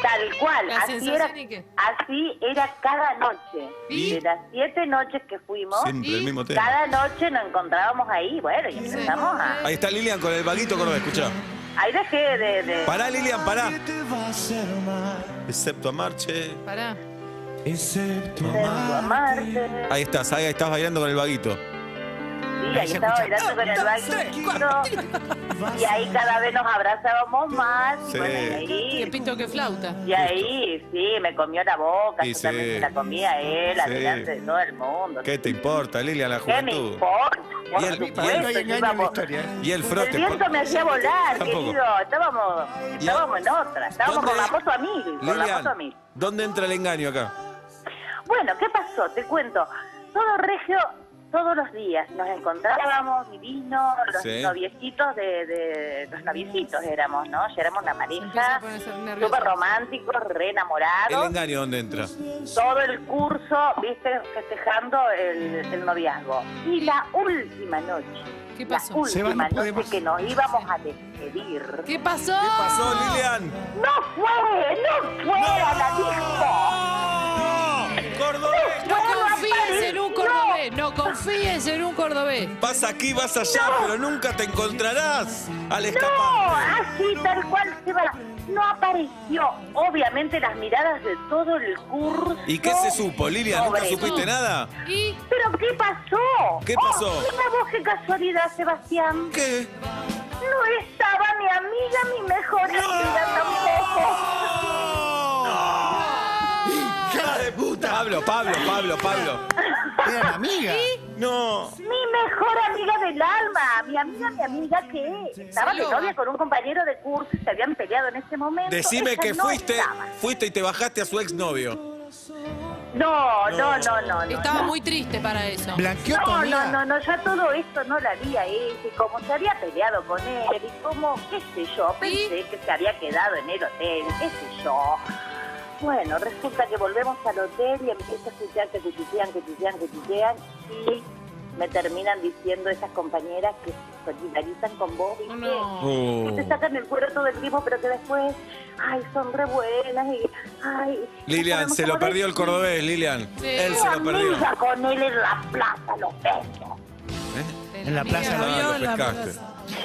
Speaker 12: Tal cual,
Speaker 4: La
Speaker 12: así
Speaker 4: sensación
Speaker 12: era,
Speaker 4: y qué.
Speaker 12: así era cada noche.
Speaker 2: ¿Y?
Speaker 12: De las siete noches que fuimos,
Speaker 2: Siempre el mismo tema.
Speaker 12: cada noche nos encontrábamos ahí, bueno, y empezamos a...
Speaker 2: Ahí está Lilian con el vaguito cordobés, escuchá.
Speaker 12: Ahí dejé de... de-
Speaker 2: Pará, Lilian, pará. Excepto a Marche.
Speaker 4: Pará.
Speaker 2: Excepto
Speaker 12: de amarte.
Speaker 2: Ahí estás, ahí estás bailando con el vaguito.
Speaker 12: Sí, ahí estaba bailando con el vaquito. Y ahí cada vez nos abrazábamos más. Y,
Speaker 2: Sí.
Speaker 12: bueno, y ahí
Speaker 4: Que pinto que flauta.
Speaker 12: Y ahí, sí, me comió la boca,
Speaker 2: Sí,
Speaker 12: yo también
Speaker 2: sí.
Speaker 12: se la comía él,
Speaker 2: Sí.
Speaker 12: adelante de todo el mundo.
Speaker 2: ¿Qué te importa, Lilian, la
Speaker 12: ¿Qué me
Speaker 2: juventud?
Speaker 12: importa? Por
Speaker 2: Y el- y el-
Speaker 12: supuesto,
Speaker 2: No hay
Speaker 3: engaño en la
Speaker 12: íbamos-
Speaker 3: historia, ¿eh?
Speaker 2: Y el frote.
Speaker 12: el viento me hacía volar,
Speaker 2: Tampoco.
Speaker 12: querido. Estábamos, estábamos en otra. Estábamos con
Speaker 2: ¿Dónde-
Speaker 12: la foto a mil. Con la foto a mil.
Speaker 2: Lilian, ¿dónde entra el engaño acá?
Speaker 12: Bueno, ¿qué pasó? Te cuento. Todo regio, todos los días nos encontrábamos divinos, los
Speaker 2: Sí.
Speaker 12: noviecitos de, de- Los noviecitos éramos, ¿no? Ya éramos una
Speaker 4: Empieza a
Speaker 12: pareja
Speaker 4: ponerse
Speaker 12: súper
Speaker 4: nervioso.
Speaker 12: románticos, re
Speaker 2: ¿El
Speaker 12: enamorados.
Speaker 2: engaño dónde entra?
Speaker 12: Todo el curso, viste, festejando el, el noviazgo. Y la última noche.
Speaker 4: ¿Qué
Speaker 12: La
Speaker 4: pasó?
Speaker 3: Seba, no
Speaker 12: última
Speaker 3: podemos-
Speaker 12: noche que nos íbamos a despedir.
Speaker 4: ¿Qué pasó?
Speaker 2: ¿Qué pasó, Lilian?
Speaker 12: ¡No fue! ¡No fue a la disco!
Speaker 2: ¡No! ¡Cordobés!
Speaker 4: No confíes en un cordobés. No confíes en un cordobés.
Speaker 2: Vas aquí, vas allá, pero nunca te encontrarás al escapar.
Speaker 12: ¡No! Así, tal cual se va. No apareció. Obviamente las miradas de todo el curso.
Speaker 2: ¿Y qué se supo, Lilian? ¿Nunca
Speaker 12: sobre-
Speaker 2: supiste nada?
Speaker 4: Y
Speaker 12: ¿Pero qué pasó?
Speaker 2: ¿Qué
Speaker 12: Oh,
Speaker 2: pasó?
Speaker 12: mira vos qué casualidad, Sebastián.
Speaker 2: ¿Qué?
Speaker 12: No estaba mi amiga, mi mejor amiga tampoco. Ah.
Speaker 2: ¡Hija de puta! Pablo, Pablo, Pablo, Pablo.
Speaker 3: Eran amigas.
Speaker 2: No.
Speaker 12: Mi mejor amiga del alma. Mi amiga, mi amiga que estaba de
Speaker 4: Salió.
Speaker 12: novia con un compañero de curso y se habían peleado en ese momento.
Speaker 2: Decime
Speaker 12: Ella
Speaker 2: que
Speaker 12: no
Speaker 2: fuiste,
Speaker 12: estaba.
Speaker 2: fuiste y te bajaste a su exnovio.
Speaker 12: No, no, no, no. no
Speaker 4: estaba
Speaker 12: no.
Speaker 4: muy triste para eso.
Speaker 3: Blanqueó tu
Speaker 12: No,
Speaker 3: amiga.
Speaker 12: no, no, no, yo todo esto no lo había hecho, y como se había peleado con él, y como, qué sé yo, pensé que se había quedado en el hotel, qué sé yo. Bueno, resulta que volvemos al hotel y empiezo a escuchar que cuchichean, que cuchichean, que cuchichean, y me terminan diciendo esas compañeras que se solidarizan con vos, ¿viste?
Speaker 4: Oh, No.
Speaker 2: Uh,
Speaker 12: Que te sacan el cuero todo el tiempo, pero que después, ay, son re buenas, y, ay...
Speaker 2: Lilian, se lo perdió el cordobés, Lilian.
Speaker 4: Sí.
Speaker 2: Él se
Speaker 12: Yo
Speaker 2: lo perdió.
Speaker 12: amiga con él en la plaza, los besos.
Speaker 3: En la plaza
Speaker 4: Amiga.
Speaker 2: Ah, lo
Speaker 6: Viola,
Speaker 2: pescaste.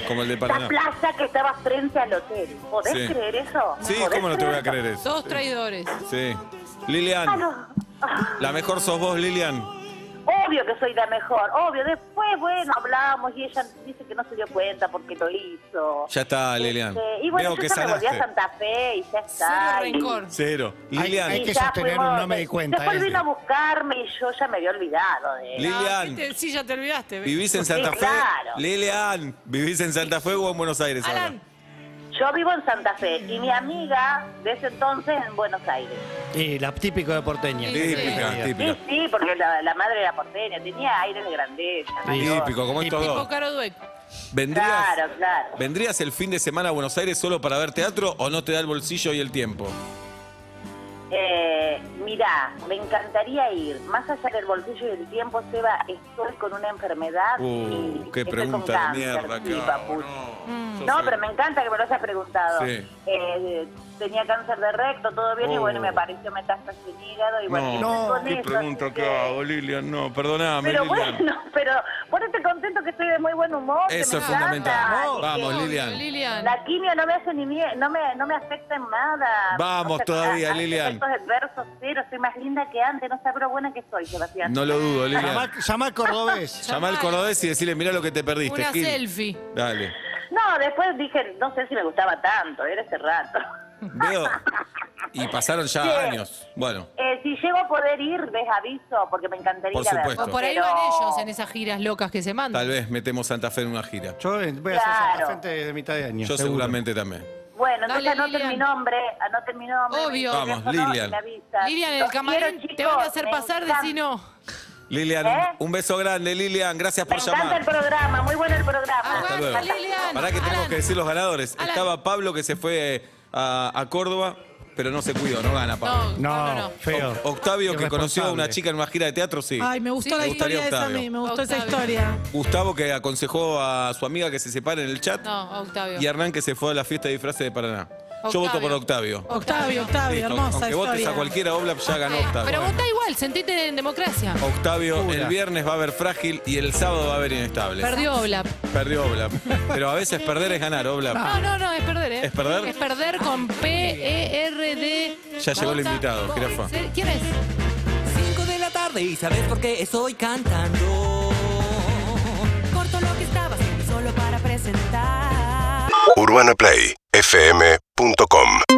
Speaker 2: Como el de
Speaker 12: La
Speaker 2: Paraná.
Speaker 12: plaza que estaba frente al hotel. ¿Podés
Speaker 2: Sí.
Speaker 12: creer eso?
Speaker 2: Sí,
Speaker 12: ¿Podés
Speaker 2: ¿cómo no te voy a
Speaker 12: creer
Speaker 2: creer
Speaker 12: eso?
Speaker 2: eso?
Speaker 4: Dos traidores.
Speaker 2: Sí.
Speaker 12: Ah,
Speaker 2: Lilian,
Speaker 12: no. Ah,
Speaker 2: la mejor sos vos, Lilian.
Speaker 12: Oh, obvio que soy la mejor, obvio. Después, bueno, hablamos y ella dice que no se dio cuenta porque lo hizo.
Speaker 2: Ya está, Lilian.
Speaker 12: Eh, y bueno,
Speaker 2: Veo que
Speaker 12: yo ya me volví a
Speaker 2: sanaste.
Speaker 12: Santa Fe y ya está. y-
Speaker 2: Cero. Lilian.
Speaker 12: y ya fuimos- Después vino a buscarme y yo ya me había olvidado de
Speaker 2: Lilian. No, sí
Speaker 12: sí, ya te olvidaste.
Speaker 2: ¿Vivís en Santa Fe?
Speaker 12: Claro.
Speaker 2: Lilian, ¿vivís en Santa Fe o en Buenos Aires ahora?
Speaker 12: Alan, yo vivo en Santa Fe y mi amiga de ese entonces en Buenos Aires.
Speaker 3: Y Eh, la típico de porteña.
Speaker 2: Típica,
Speaker 3: Sí.
Speaker 2: típica.
Speaker 12: Sí, sí, porque la, la madre era porteña, tenía aire de grandeza. mayor.
Speaker 2: Típico, como estos dos. ¿Vendrías,
Speaker 12: Claro, claro.
Speaker 2: ¿Vendrías el fin de semana a Buenos Aires solo para ver teatro o no te da el bolsillo y el tiempo?
Speaker 12: Eh, mirá, me encantaría ir. Más allá del bolsillo y del tiempo, Seba, estoy con una enfermedad.
Speaker 2: Uh, qué
Speaker 12: estoy con
Speaker 2: pregunta de
Speaker 12: cáncer,
Speaker 2: mierda,
Speaker 12: sí,
Speaker 2: cabrón.
Speaker 12: No, pero me encanta que me lo hayas preguntado.
Speaker 2: Sí.
Speaker 12: Eh, tenía cáncer de recto, todo bien, y
Speaker 2: Oh.
Speaker 12: bueno, me apareció metástasis en hígado. Y bueno, estoy
Speaker 2: No,
Speaker 12: con
Speaker 2: qué
Speaker 12: eso,
Speaker 2: pregunta
Speaker 12: así
Speaker 2: que
Speaker 12: que-
Speaker 2: hago, Lilian. No, perdoname,
Speaker 12: Pero
Speaker 2: Lilian.
Speaker 12: bueno, *laughs* pero ponete contento que estoy de muy buen humor. que
Speaker 2: Eso
Speaker 12: me
Speaker 2: es
Speaker 12: encanta,
Speaker 2: fundamental.
Speaker 12: y
Speaker 2: Vamos,
Speaker 12: que
Speaker 2: Lilian.
Speaker 12: La quimio no me hace ni mie- no me, no me afecta en nada.
Speaker 2: Vamos todavía,
Speaker 12: a- a-
Speaker 2: Lilian.
Speaker 12: Efectos adversos, cero, soy más linda que antes, no sabes lo buena que soy, Sebastián.
Speaker 2: No lo dudo, Lilian.
Speaker 3: Llamá, llamá al cordobés.
Speaker 2: *laughs* Llamá al cordobés y decirle, mirá lo que te perdiste. Gil". Dale.
Speaker 12: No, después dije, no sé si me gustaba tanto, era ese rato.
Speaker 2: Veo. Y pasaron ya
Speaker 12: Sí.
Speaker 2: años. Bueno,
Speaker 12: Eh, si llego a poder ir, les aviso, porque me encantaría
Speaker 2: Por
Speaker 12: ir a verlo,
Speaker 2: supuesto.
Speaker 4: Por ahí
Speaker 12: pero-
Speaker 4: van ellos en esas giras locas que se mandan.
Speaker 2: tal vez metemos Santa Fe en una gira.
Speaker 3: Yo voy a hacer Santa Fe de mitad de año.
Speaker 2: Yo seguramente también.
Speaker 12: Bueno, entonces anoten mi nombre, anoten mi nombre.
Speaker 4: Obvio.
Speaker 12: mi teléfono
Speaker 2: Vamos, Lilian.
Speaker 12: y me avisan.
Speaker 4: Lilian, el
Speaker 12: Los quiero,
Speaker 4: camarín te
Speaker 12: chicos,
Speaker 4: van a hacer
Speaker 12: me
Speaker 4: pasar,
Speaker 12: encanta.
Speaker 4: decí no.
Speaker 2: Lilian,
Speaker 12: ¿Eh?
Speaker 2: un beso grande, Lilian. Gracias por
Speaker 12: Me encanta el
Speaker 2: llamar.
Speaker 12: programa, muy bueno el programa.
Speaker 2: Hasta luego. Pará que tenemos que decir los ganadores.
Speaker 12: Alan.
Speaker 2: Estaba Pablo que se fue eh, a, a Córdoba, pero no se cuidó, no gana Pablo.
Speaker 3: No, feo.
Speaker 2: O- Octavio que conoció a una chica en una gira de teatro, sí.
Speaker 6: Ay, me gustó la
Speaker 2: Me gustaría
Speaker 6: historia de esa a
Speaker 2: Octavio.
Speaker 6: mí, me gustó esa historia.
Speaker 2: Gustavo que aconsejó a su amiga que se separe en el chat.
Speaker 4: No, Octavio.
Speaker 2: Y Hernán que se fue a la fiesta de disfraces de Paraná. Yo
Speaker 4: Octavio.
Speaker 2: voto por Octavio.
Speaker 6: Octavio, Octavio,
Speaker 2: Listo,
Speaker 6: hermosa
Speaker 2: Aunque
Speaker 6: historia.
Speaker 2: votes a cualquiera, Oblap ya ganó Octavio.
Speaker 4: Pero votá igual, sentite en democracia.
Speaker 2: Octavio,
Speaker 4: Pura.
Speaker 2: el viernes va a haber frágil y el sábado va a haber inestable.
Speaker 4: Perdió Oblap.
Speaker 2: Perdió Oblap. Pero a veces perder es ganar, Oblap.
Speaker 4: No, no, no, es perder, ¿eh?
Speaker 2: ¿Es perder?
Speaker 4: Es perder con E, P-E-R-D.
Speaker 2: Ya llegó el invitado, jirafa.
Speaker 4: ¿Quién es?
Speaker 13: 5 de la tarde y sabes por qué estoy cantando. Corto lo que estaba haciendo solo para presentar.
Speaker 14: UrbanaPlayFM.com